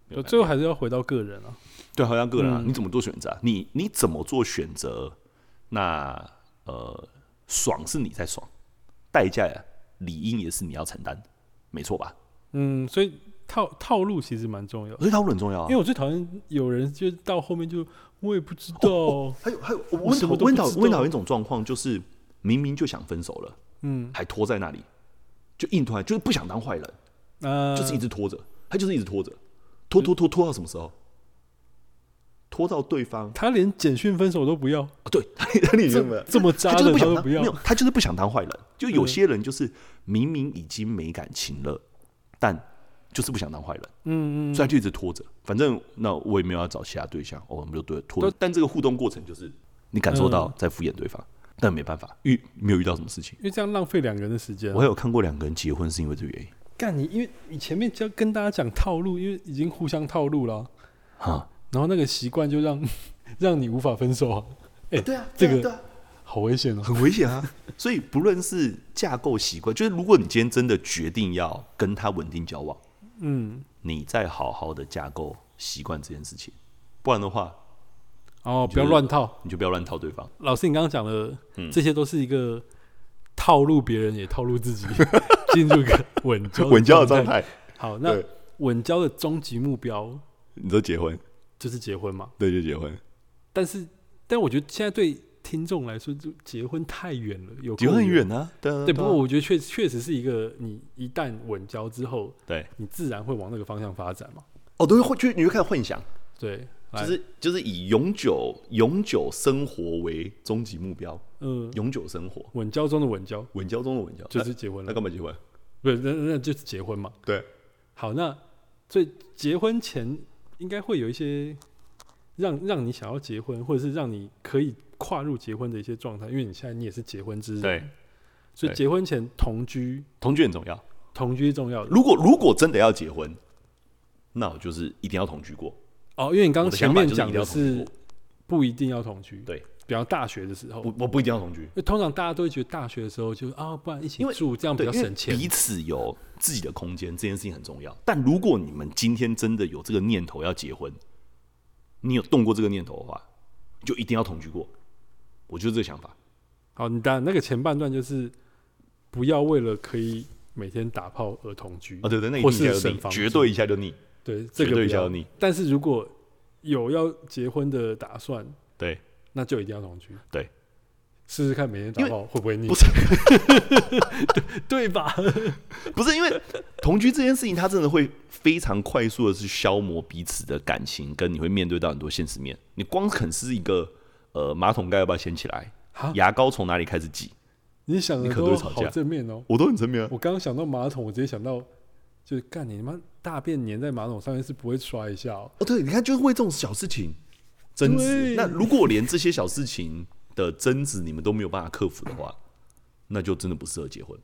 [SPEAKER 1] 没有办
[SPEAKER 2] 呃
[SPEAKER 1] 法
[SPEAKER 2] 最后还是要回到个人啊。
[SPEAKER 1] 对，好像个人啊，
[SPEAKER 2] 嗯
[SPEAKER 1] 你怎么做选择啊、你你怎么做选择？那呃，爽是你在爽，代价理应也是你要承担，没错吧？
[SPEAKER 2] 嗯，所以套套路其实蛮重要的，
[SPEAKER 1] 所以它很重要啊。
[SPEAKER 2] 因为我最讨厌有人就到后面就我也不知道，
[SPEAKER 1] 还有还有，我
[SPEAKER 2] 我
[SPEAKER 1] 问
[SPEAKER 2] 什
[SPEAKER 1] 讨
[SPEAKER 2] 么都
[SPEAKER 1] 问
[SPEAKER 2] 不
[SPEAKER 1] 讨
[SPEAKER 2] 知
[SPEAKER 1] 问
[SPEAKER 2] 道
[SPEAKER 1] 讨厌一种状况，就是明明就想分手了，
[SPEAKER 2] 嗯
[SPEAKER 1] 还拖在那里，就硬拖，就是不想当坏人，
[SPEAKER 2] 啊，
[SPEAKER 1] 就是一直拖着，他就是一直拖着，拖拖拖拖到什么时候？拖到对方
[SPEAKER 2] 他连简讯分手都不要，
[SPEAKER 1] 啊，对，他他你认为
[SPEAKER 2] 这么渣
[SPEAKER 1] 他就是不
[SPEAKER 2] 的他
[SPEAKER 1] 想
[SPEAKER 2] 都
[SPEAKER 1] 当，
[SPEAKER 2] 不
[SPEAKER 1] 没
[SPEAKER 2] 要
[SPEAKER 1] 有，，他就是不想当坏人。就有些人就是明明已经没感情了，但就是不想当坏人，
[SPEAKER 2] 嗯嗯，
[SPEAKER 1] 所以他就一直拖着。反正那我也没有要找其他对象，哦，我们就对拖着。但这个互动过程就是你感受
[SPEAKER 2] 嗯
[SPEAKER 1] 到在敷衍对方，但没办法，遇没有遇到什么事情。
[SPEAKER 2] 因为这样浪费两个人的时间
[SPEAKER 1] 我。还有看过两个人结婚是因为这个原因，
[SPEAKER 2] 干你，因为你前面就要跟大家讲套路，因为已经互相套路了啊，
[SPEAKER 1] 哈，
[SPEAKER 2] 然后那个习惯就让 让你无法分手啊，
[SPEAKER 1] 对啊，
[SPEAKER 2] 这个
[SPEAKER 1] 对啊
[SPEAKER 2] 好危险哦。
[SPEAKER 1] 很危险啊。 所以不论是架构习惯，就是如果你今天真的决定要跟他稳定交往，
[SPEAKER 2] 嗯，
[SPEAKER 1] 你再好好的架构习惯这件事情，不然的话，
[SPEAKER 2] 哦，
[SPEAKER 1] 觉
[SPEAKER 2] 不要
[SPEAKER 1] 得
[SPEAKER 2] 乱套。嗯
[SPEAKER 1] 你就不要乱套对 方。
[SPEAKER 2] 老师，你刚刚讲的，这些都是一个套路别人也套路自己， 进入一个 稳交
[SPEAKER 1] 稳交的状
[SPEAKER 2] 状。
[SPEAKER 1] 态，
[SPEAKER 2] 好，那
[SPEAKER 1] 对
[SPEAKER 2] 稳交的终极目标
[SPEAKER 1] 你都结婚，
[SPEAKER 2] 就是结婚嘛？
[SPEAKER 1] 对，就结婚。
[SPEAKER 2] 但是，但我觉得现在对听众来说，就结婚太远了，有
[SPEAKER 1] 结
[SPEAKER 2] 够
[SPEAKER 1] 婚很远啊，对啊
[SPEAKER 2] 对，不过
[SPEAKER 1] 啊
[SPEAKER 2] 我觉得确确实是一个，你一旦稳交之后，
[SPEAKER 1] 对
[SPEAKER 2] 你自然会往那个方向发展嘛。
[SPEAKER 1] 哦，都会会去你会开始幻想，
[SPEAKER 2] 对，
[SPEAKER 1] 就
[SPEAKER 2] 来，
[SPEAKER 1] 是就是以永久永久生活为终极目标，
[SPEAKER 2] 嗯，
[SPEAKER 1] 永久生活，
[SPEAKER 2] 稳交中的稳交
[SPEAKER 1] 稳交中的稳交，
[SPEAKER 2] 就是结婚
[SPEAKER 1] 那
[SPEAKER 2] 了，
[SPEAKER 1] 干嘛结婚？
[SPEAKER 2] 不是，那那就是结婚嘛。
[SPEAKER 1] 对，
[SPEAKER 2] 好，那所以结婚前应该会有一些让让你想要结婚，或者是让你可以跨入结婚的一些状态，因为你现在你也是结婚之人，
[SPEAKER 1] 对，
[SPEAKER 2] 所以
[SPEAKER 1] 对
[SPEAKER 2] 结婚前同居
[SPEAKER 1] 同居很重要。
[SPEAKER 2] 同居是重要的
[SPEAKER 1] 如果如果真的要结婚，那我就是一定要同居过。
[SPEAKER 2] 哦，因为你刚
[SPEAKER 1] 我
[SPEAKER 2] 刚
[SPEAKER 1] 的
[SPEAKER 2] 前
[SPEAKER 1] 想法
[SPEAKER 2] 面
[SPEAKER 1] 就是一
[SPEAKER 2] 讲
[SPEAKER 1] 定要同
[SPEAKER 2] 的
[SPEAKER 1] 居
[SPEAKER 2] 是
[SPEAKER 1] 过，
[SPEAKER 2] 不一定要同居，
[SPEAKER 1] 对，
[SPEAKER 2] 比方大学的时候，
[SPEAKER 1] 不我不一定要同居，
[SPEAKER 2] 因为通常大家都会觉得大学的时候就啊，不然一起
[SPEAKER 1] 因为
[SPEAKER 2] 住这样
[SPEAKER 1] 对，
[SPEAKER 2] 比较
[SPEAKER 1] 因为
[SPEAKER 2] 省钱。
[SPEAKER 1] 彼此有自己的空间，这件事情很重要。但如果你们今天真的有这个念头要结婚，你有动过这个念头的话，就一定要同居过。我就是这个想法。
[SPEAKER 2] 好，你当然那个前半段就是不要为了可以每天打炮而同居
[SPEAKER 1] 啊，对对，那一
[SPEAKER 2] 或
[SPEAKER 1] 定一
[SPEAKER 2] 是
[SPEAKER 1] 下就
[SPEAKER 2] 省
[SPEAKER 1] 腻，
[SPEAKER 2] 房
[SPEAKER 1] 绝
[SPEAKER 2] 租
[SPEAKER 1] 对一下就腻。
[SPEAKER 2] 对，这
[SPEAKER 1] 绝
[SPEAKER 2] 个
[SPEAKER 1] 对
[SPEAKER 2] 不要
[SPEAKER 1] 教你。
[SPEAKER 2] 但是如果有要结婚的打算，
[SPEAKER 1] 对，
[SPEAKER 2] 那就一定要同居。
[SPEAKER 1] 对，
[SPEAKER 2] 试试看每天打
[SPEAKER 1] 因为
[SPEAKER 2] 炮会不会腻？
[SPEAKER 1] 不是
[SPEAKER 2] 对吧？
[SPEAKER 1] 不是因为同居这件事情，它真的会非常快速的去消磨彼此的感情，跟你会面对到很多现实面。你光肯是一个呃马桶盖要不要掀起来
[SPEAKER 2] 啊，
[SPEAKER 1] 牙膏从哪里开始挤，
[SPEAKER 2] 你想
[SPEAKER 1] 你
[SPEAKER 2] 的
[SPEAKER 1] 可能会
[SPEAKER 2] 都
[SPEAKER 1] 吵
[SPEAKER 2] 好
[SPEAKER 1] 架
[SPEAKER 2] 正面哦。
[SPEAKER 1] 我都很正面啊。
[SPEAKER 2] 我刚刚想到马桶，我直接想到就是干你妈大便粘在马桶上面是不会刷一下哦。
[SPEAKER 1] 哦，对，你看，就是为这种小事情争执
[SPEAKER 2] 对。
[SPEAKER 1] 那如果连这些小事情的争执你们都没有办法克服的话，那就真的不适合结婚。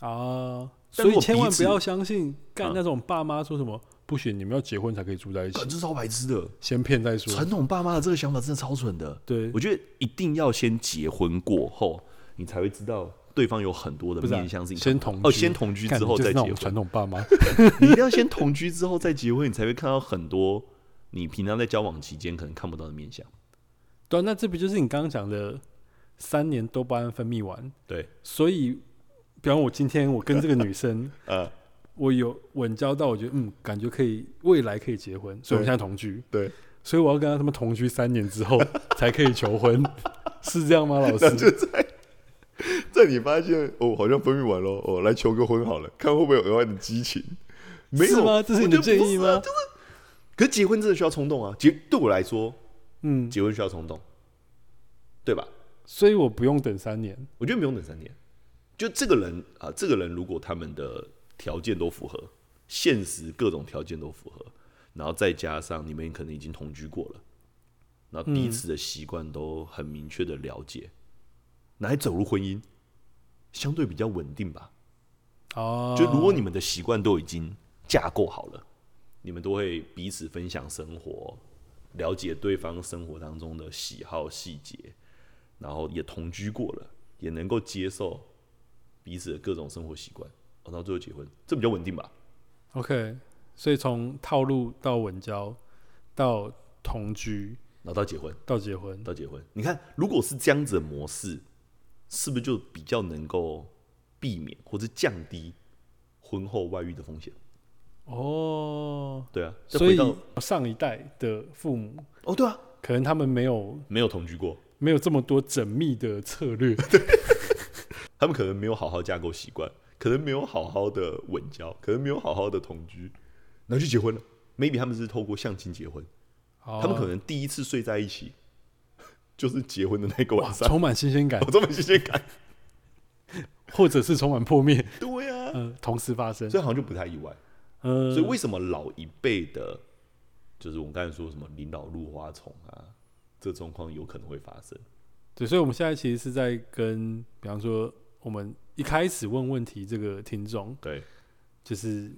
[SPEAKER 2] 啊，
[SPEAKER 1] 但
[SPEAKER 2] 所
[SPEAKER 1] 如
[SPEAKER 2] 以
[SPEAKER 1] 果
[SPEAKER 2] 千万
[SPEAKER 1] 彼
[SPEAKER 2] 不
[SPEAKER 1] 此
[SPEAKER 2] 要相信干
[SPEAKER 1] 啊
[SPEAKER 2] 那种爸妈说什么不行，你们要结婚才可以住在一起
[SPEAKER 1] 干，这超白痴的，
[SPEAKER 2] 先骗再说。
[SPEAKER 1] 传统爸妈的这个想法真的超蠢的。
[SPEAKER 2] 对
[SPEAKER 1] 我，觉得一定要先结婚过后，你才会知道对方有很多的
[SPEAKER 2] 不是啊
[SPEAKER 1] 面向是你
[SPEAKER 2] 先同
[SPEAKER 1] 哦，
[SPEAKER 2] 居
[SPEAKER 1] 先同居
[SPEAKER 2] 干
[SPEAKER 1] 之
[SPEAKER 2] 你
[SPEAKER 1] 后
[SPEAKER 2] 就是
[SPEAKER 1] 再
[SPEAKER 2] 那
[SPEAKER 1] 结
[SPEAKER 2] 种
[SPEAKER 1] 婚。
[SPEAKER 2] 传统爸妈
[SPEAKER 1] 你一定要先同居之后再结婚，你才会看到很多你平常在交往期间可能看不到的面相。
[SPEAKER 2] 对啊、那这不就是你刚刚讲的三年多巴胺分泌完？
[SPEAKER 1] 对，
[SPEAKER 2] 所以，比方我今天我跟这个女 生，
[SPEAKER 1] 呃，
[SPEAKER 2] 我有稳交到，我觉得嗯，感觉可以，未来可以结婚，所以我
[SPEAKER 1] 对
[SPEAKER 2] 们现在同居，
[SPEAKER 1] 对，
[SPEAKER 2] 所以我要跟她他们同居三 年之后才可以求婚，是这样吗，老师？
[SPEAKER 1] 在
[SPEAKER 3] 在你发现哦，好像分泌完了，哦，来求个婚好了，看会不会有额外的激情。
[SPEAKER 1] 没有
[SPEAKER 2] 是吗这是你的
[SPEAKER 1] 我觉得不
[SPEAKER 2] 建议
[SPEAKER 1] 是
[SPEAKER 2] 吗
[SPEAKER 1] 啊就是，可是结婚真的需要冲动啊！结对我来说，
[SPEAKER 2] 嗯，
[SPEAKER 1] 结婚需要冲动，对吧？
[SPEAKER 2] 所以我不用等三年，
[SPEAKER 1] 我觉得不用等三年。就这个人啊，这个人如果他们的条件都符合，现实各种条件都符合，然后再加上你们可能已经同居过了，那彼此的习惯都很明确的了解，那还走入婚姻，相对比较稳定吧。
[SPEAKER 2] 哦，
[SPEAKER 1] 就如果你们的习惯都已经架构好了，你们都会彼此分享生活，了解对方生活当中的喜好细节，然后也同居过了，也能够接受彼此的各种生活习惯，哦，到最后结婚，这比较稳定吧？
[SPEAKER 2] OK，所以从套路到稳交，到同居，
[SPEAKER 1] 然后到结婚，
[SPEAKER 2] 到结婚，
[SPEAKER 1] 到结婚，你看，如果是这样子的模式，是不是就比较能够避免或者降低婚后外遇的风险？
[SPEAKER 2] 哦，
[SPEAKER 1] 对啊，再
[SPEAKER 2] 所
[SPEAKER 1] 回
[SPEAKER 2] 以
[SPEAKER 1] 到
[SPEAKER 2] 上一代的父母
[SPEAKER 1] 哦，对啊，
[SPEAKER 2] 可能他们没有
[SPEAKER 1] 没有同居过，
[SPEAKER 2] 没有这么多缜密的策略，
[SPEAKER 1] 他们可能没有好好架构习惯，可能没有好好的稳交，可能没有好好的同居，然后就结婚了。maybe 哦他们是透过相亲结婚，
[SPEAKER 2] 他
[SPEAKER 1] 他
[SPEAKER 2] 哦
[SPEAKER 1] 们可能第一次睡在一起 就是结婚的那个晚上，
[SPEAKER 2] 充满新鲜 感，
[SPEAKER 1] 我这么新鲜感。
[SPEAKER 2] 或者是充满破灭，
[SPEAKER 1] 对啊，
[SPEAKER 2] 嗯、同时发生，
[SPEAKER 1] 所以好像就不太意外。
[SPEAKER 2] 嗯、
[SPEAKER 1] 所以为什么老一辈的，就是我们刚才说什么临老入花丛啊，这状况有可能会发生。
[SPEAKER 2] 对，所以我们现在其实是在跟，比方说我们一开始问问题这个听众，
[SPEAKER 1] 对
[SPEAKER 2] 就是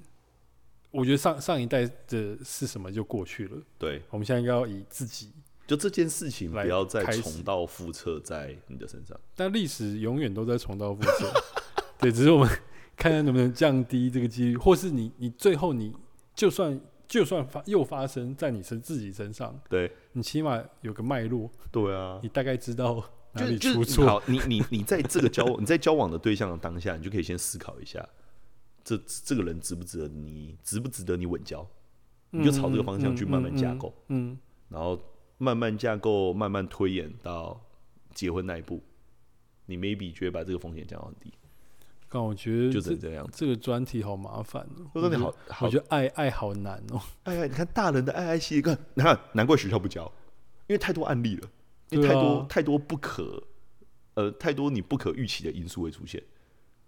[SPEAKER 2] 我觉得上上一代的是什么就过去了，
[SPEAKER 1] 对，
[SPEAKER 2] 我们现在应该要以自己，
[SPEAKER 1] 就这件事情
[SPEAKER 2] 来
[SPEAKER 1] 不要再
[SPEAKER 2] 开始
[SPEAKER 1] 重蹈覆辙在你的身上。
[SPEAKER 2] 但历史永远都在重蹈覆 辙，对，只是我们看看能不能降低这个几率，或是你你最后你就算就算发又发生在你身自己身上，
[SPEAKER 1] 对
[SPEAKER 2] 你起码有个脉络，
[SPEAKER 1] 对啊，
[SPEAKER 2] 你大概知道哪
[SPEAKER 1] 就
[SPEAKER 2] 里
[SPEAKER 1] 就是
[SPEAKER 2] 出
[SPEAKER 1] 你
[SPEAKER 2] 错。
[SPEAKER 1] 好，你你你在这个交往 你在交往的对象的当下，你就可以先思考一下，这这个人值不值得
[SPEAKER 4] 嗯
[SPEAKER 1] 你值不值得你稳交，你就朝这个方向去慢慢架构，
[SPEAKER 2] 嗯，
[SPEAKER 1] 然后
[SPEAKER 4] 慢慢架构，慢慢推演到结婚那一步，你 maybe 觉得把这个风险降到很低，
[SPEAKER 2] 但我觉得
[SPEAKER 4] 就只
[SPEAKER 2] 这
[SPEAKER 4] 能这样子。
[SPEAKER 2] 这个专题好麻烦哦、
[SPEAKER 4] 我说你好，好
[SPEAKER 2] 我觉得爱爱好难哦、
[SPEAKER 4] 哎呀，你看大人的爱爱系，你看，你看，难怪学校不教，因为太多案例了，因为
[SPEAKER 2] 对
[SPEAKER 4] 太
[SPEAKER 2] 啊
[SPEAKER 4] 多、太多不可，呃，太多你不可预期的因素会出现，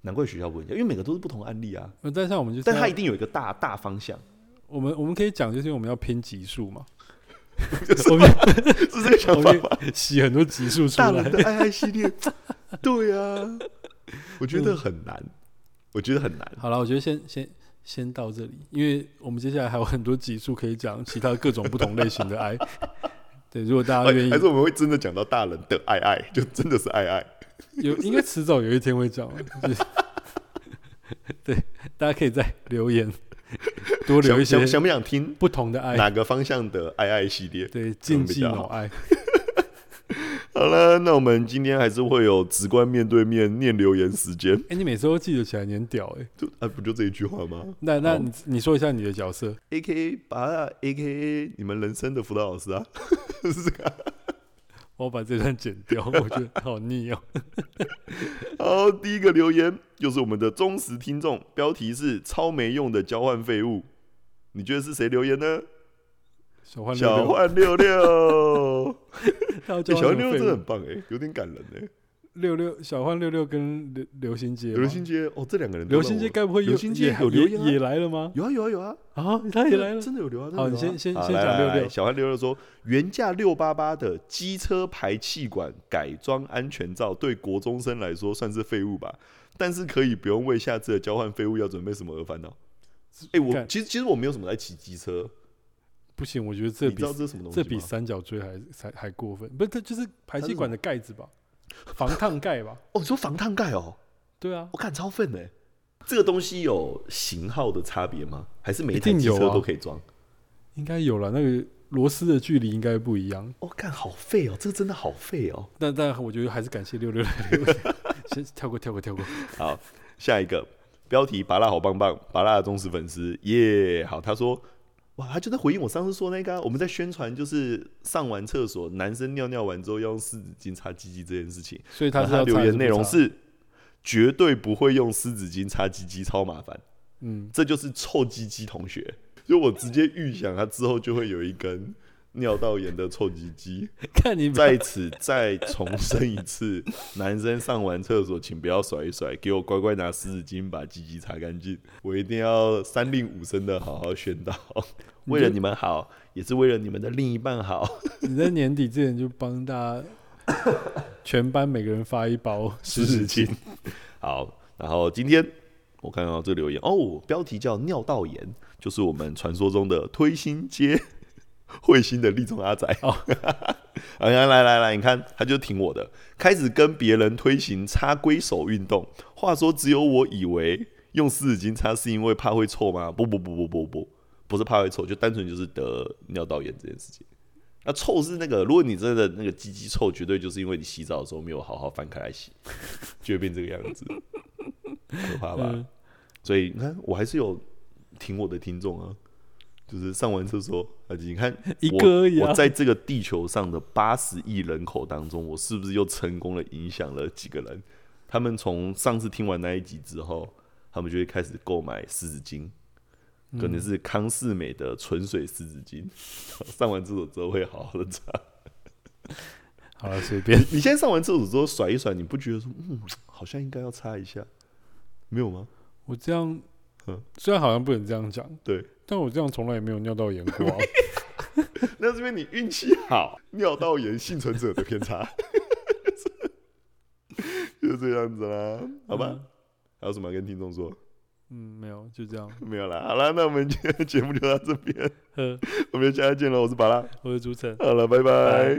[SPEAKER 4] 难怪学校不会教，因为每个都是不同案例啊，
[SPEAKER 2] 呃但像我们就是
[SPEAKER 4] 但它
[SPEAKER 2] 要
[SPEAKER 4] 一定有一个大大方 向，
[SPEAKER 2] 我们我们可以讲，就是因为我们要拼级数嘛，
[SPEAKER 4] 是这个
[SPEAKER 2] 我们我
[SPEAKER 4] 想法
[SPEAKER 2] 们
[SPEAKER 4] 吗？
[SPEAKER 2] 可以洗很多级数出
[SPEAKER 4] 大人
[SPEAKER 2] 来。
[SPEAKER 4] 的爱爱系 列，对啊，
[SPEAKER 1] 我觉
[SPEAKER 2] 嗯
[SPEAKER 1] 得很难，
[SPEAKER 4] 我觉得很难。
[SPEAKER 2] 好了，我觉得先先先到这里，因为我们接下来还有很多集数可以讲其他各种不同类型的爱。对，如果大家愿
[SPEAKER 1] 哎
[SPEAKER 2] 意
[SPEAKER 1] 还，是我们会真的讲到大人的爱爱，就真的是爱爱。
[SPEAKER 2] 有应该迟早有一天会讲啊。就是 对，大家可以再 留言，多留一
[SPEAKER 1] 想想
[SPEAKER 2] 些
[SPEAKER 1] 想不想听
[SPEAKER 2] 不同的爱，
[SPEAKER 1] 哪个方向的爱爱系列？
[SPEAKER 2] 对，哦竞技
[SPEAKER 1] 比较
[SPEAKER 2] 脑爱。
[SPEAKER 1] 好了，那我们今天还是会有直观面对面念留言时间，
[SPEAKER 2] 哎、你每次都记得起来，你很屌哎、
[SPEAKER 1] 就啊，不就这一句话吗
[SPEAKER 2] 那那
[SPEAKER 1] 好
[SPEAKER 2] 你你说一下你的角色，
[SPEAKER 1] ？A K A 把 A K A 你们人生的辅导老师啊， 是这个啊。
[SPEAKER 2] 我把这段剪 掉，我觉得好腻哦、
[SPEAKER 1] 好，第一个留言就是我们的忠实听众，标题是“超没用的交换废物”。你觉得是谁留言呢？
[SPEAKER 2] 小换六
[SPEAKER 1] 小
[SPEAKER 2] 六，
[SPEAKER 1] 换六 六，
[SPEAKER 2] 他要
[SPEAKER 1] 欸
[SPEAKER 2] 叫
[SPEAKER 1] 小换
[SPEAKER 2] 他什
[SPEAKER 1] 六六
[SPEAKER 2] 么废
[SPEAKER 1] 真的
[SPEAKER 2] 物
[SPEAKER 1] 很棒哎、有点感人哎、
[SPEAKER 2] 六六小换六六跟刘刘星杰吗，
[SPEAKER 1] 刘星街哦，这两个人都
[SPEAKER 2] 刘
[SPEAKER 1] 让我，
[SPEAKER 2] 星杰该不会
[SPEAKER 1] 刘
[SPEAKER 2] 又
[SPEAKER 1] 星街
[SPEAKER 2] 也
[SPEAKER 1] 有留言啊
[SPEAKER 2] 也也来了吗？
[SPEAKER 1] 有啊有啊有啊，
[SPEAKER 2] 啊，他也来了，
[SPEAKER 1] 真的有留啊。真的
[SPEAKER 2] 好，
[SPEAKER 1] 有
[SPEAKER 2] 你
[SPEAKER 1] 啊
[SPEAKER 2] 先先
[SPEAKER 1] 好
[SPEAKER 2] 先
[SPEAKER 1] 来
[SPEAKER 2] 讲
[SPEAKER 1] 来
[SPEAKER 2] 六
[SPEAKER 1] 来
[SPEAKER 2] 六，
[SPEAKER 1] 小汉六六说，原价六八八的机车排气管改装安全罩，对国中生来说算是废物吧，但是可以不用为下次的交换废物要准备什么而烦恼。哎、我
[SPEAKER 2] 干
[SPEAKER 1] 其实其实我没有什么在骑机车，
[SPEAKER 2] 不行，我觉得这
[SPEAKER 1] 你
[SPEAKER 2] 比
[SPEAKER 1] 知道这是什么东西
[SPEAKER 2] 这
[SPEAKER 1] 吗？
[SPEAKER 2] 比三角锥还还还过分，不是，这就是排气管的盖子吧，防烫盖吧，
[SPEAKER 4] 哦，你说防烫盖哦，
[SPEAKER 2] 对啊，
[SPEAKER 4] 我看超粪的、
[SPEAKER 1] 欸
[SPEAKER 4] 这个东西有型号的差别吗？还是每一
[SPEAKER 2] 一
[SPEAKER 4] 台
[SPEAKER 2] 定
[SPEAKER 4] 机
[SPEAKER 2] 有
[SPEAKER 4] 车
[SPEAKER 2] 啊
[SPEAKER 4] 都可以装？
[SPEAKER 2] 应该有了，那个螺丝的距离应该不一样，
[SPEAKER 4] 哦，干好废哦，这个真的好废哦。
[SPEAKER 2] 但但我觉得还是感谢六六来留言，先跳过跳过跳过，
[SPEAKER 1] 好，下一个标题：拔蜡好棒棒，拔蜡的忠实粉丝耶。好，他说。哇，他就在回应我上次说那个啊、我们在宣传就是上完厕所，男生尿尿完之后要用湿纸巾擦鸡鸡这件事情。
[SPEAKER 2] 所以
[SPEAKER 1] 他
[SPEAKER 2] 他是要
[SPEAKER 1] 留
[SPEAKER 2] 插还
[SPEAKER 1] 言
[SPEAKER 2] 不
[SPEAKER 1] 内容
[SPEAKER 2] 插，
[SPEAKER 1] 是绝对不会用湿纸巾擦鸡鸡，超麻烦。
[SPEAKER 2] 嗯，
[SPEAKER 1] 这就是臭鸡鸡同学，就我直接预想他之后就会有一根尿道炎的臭鸡鸡。
[SPEAKER 2] 看你
[SPEAKER 1] 在此再重申一次，男生上完厕所请不要甩一甩，给我乖乖拿湿纸巾把鸡鸡擦干净。我一定要三令五申的好好宣导，为了你们好，也是为了你们的另一半好。
[SPEAKER 2] 你在年底之前就帮大 家全班每个人发一包
[SPEAKER 1] 湿纸巾。好，然后今天我看到这个留言哦，标题叫“尿道炎”，就是我们传说中的推心 街彗星的立中阿仔。
[SPEAKER 2] 哦
[SPEAKER 1] 哦，来来来来，你看他就挺我的，开始跟别人推行擦龟手运动。话说，只有我以为用湿纸巾擦是因为怕会臭吗？不不不不不不，不是怕会臭，就单纯就是得尿道炎这件事情。那臭是那个，如果你真的那个鸡鸡臭，绝对就是因为你洗澡的时候没有好好翻开来洗， 就会变这个样子，可怕吧？
[SPEAKER 2] 嗯
[SPEAKER 1] 所以你看，我还是有听我的听众啊，就是上完厕所，啊，你看
[SPEAKER 2] 一个而已啊
[SPEAKER 1] 我我在这个地球上的八十亿人口当中，我是不是又成功的影响了几个人？他们从上次听完那一集之后，他们就会开始购买湿纸巾，
[SPEAKER 2] 嗯
[SPEAKER 1] 可能是康士美的纯水湿纸巾。上完厕所之后会好好的擦。
[SPEAKER 2] 好了，随 便。
[SPEAKER 1] 你现在上完厕所之后甩一甩，你不觉得说，嗯，好像应该要擦一下，没有吗？
[SPEAKER 2] 我这样
[SPEAKER 1] 嗯，
[SPEAKER 2] 虽然好像不能这样讲，
[SPEAKER 1] 对，
[SPEAKER 2] 但我这样从来也没有尿道 炎过、啊。
[SPEAKER 1] 那是因为你运气好，尿道炎幸存者的偏 差，就是这样子啦，好吧？还有什么要跟听众说？
[SPEAKER 2] 嗯，没有，就这样。
[SPEAKER 1] 没有啦，好啦，那我们今天的节目就到这边，
[SPEAKER 2] 呵，
[SPEAKER 1] 我们就下次见了，我是巴拉，
[SPEAKER 2] 我是主持人。
[SPEAKER 1] 好了，拜拜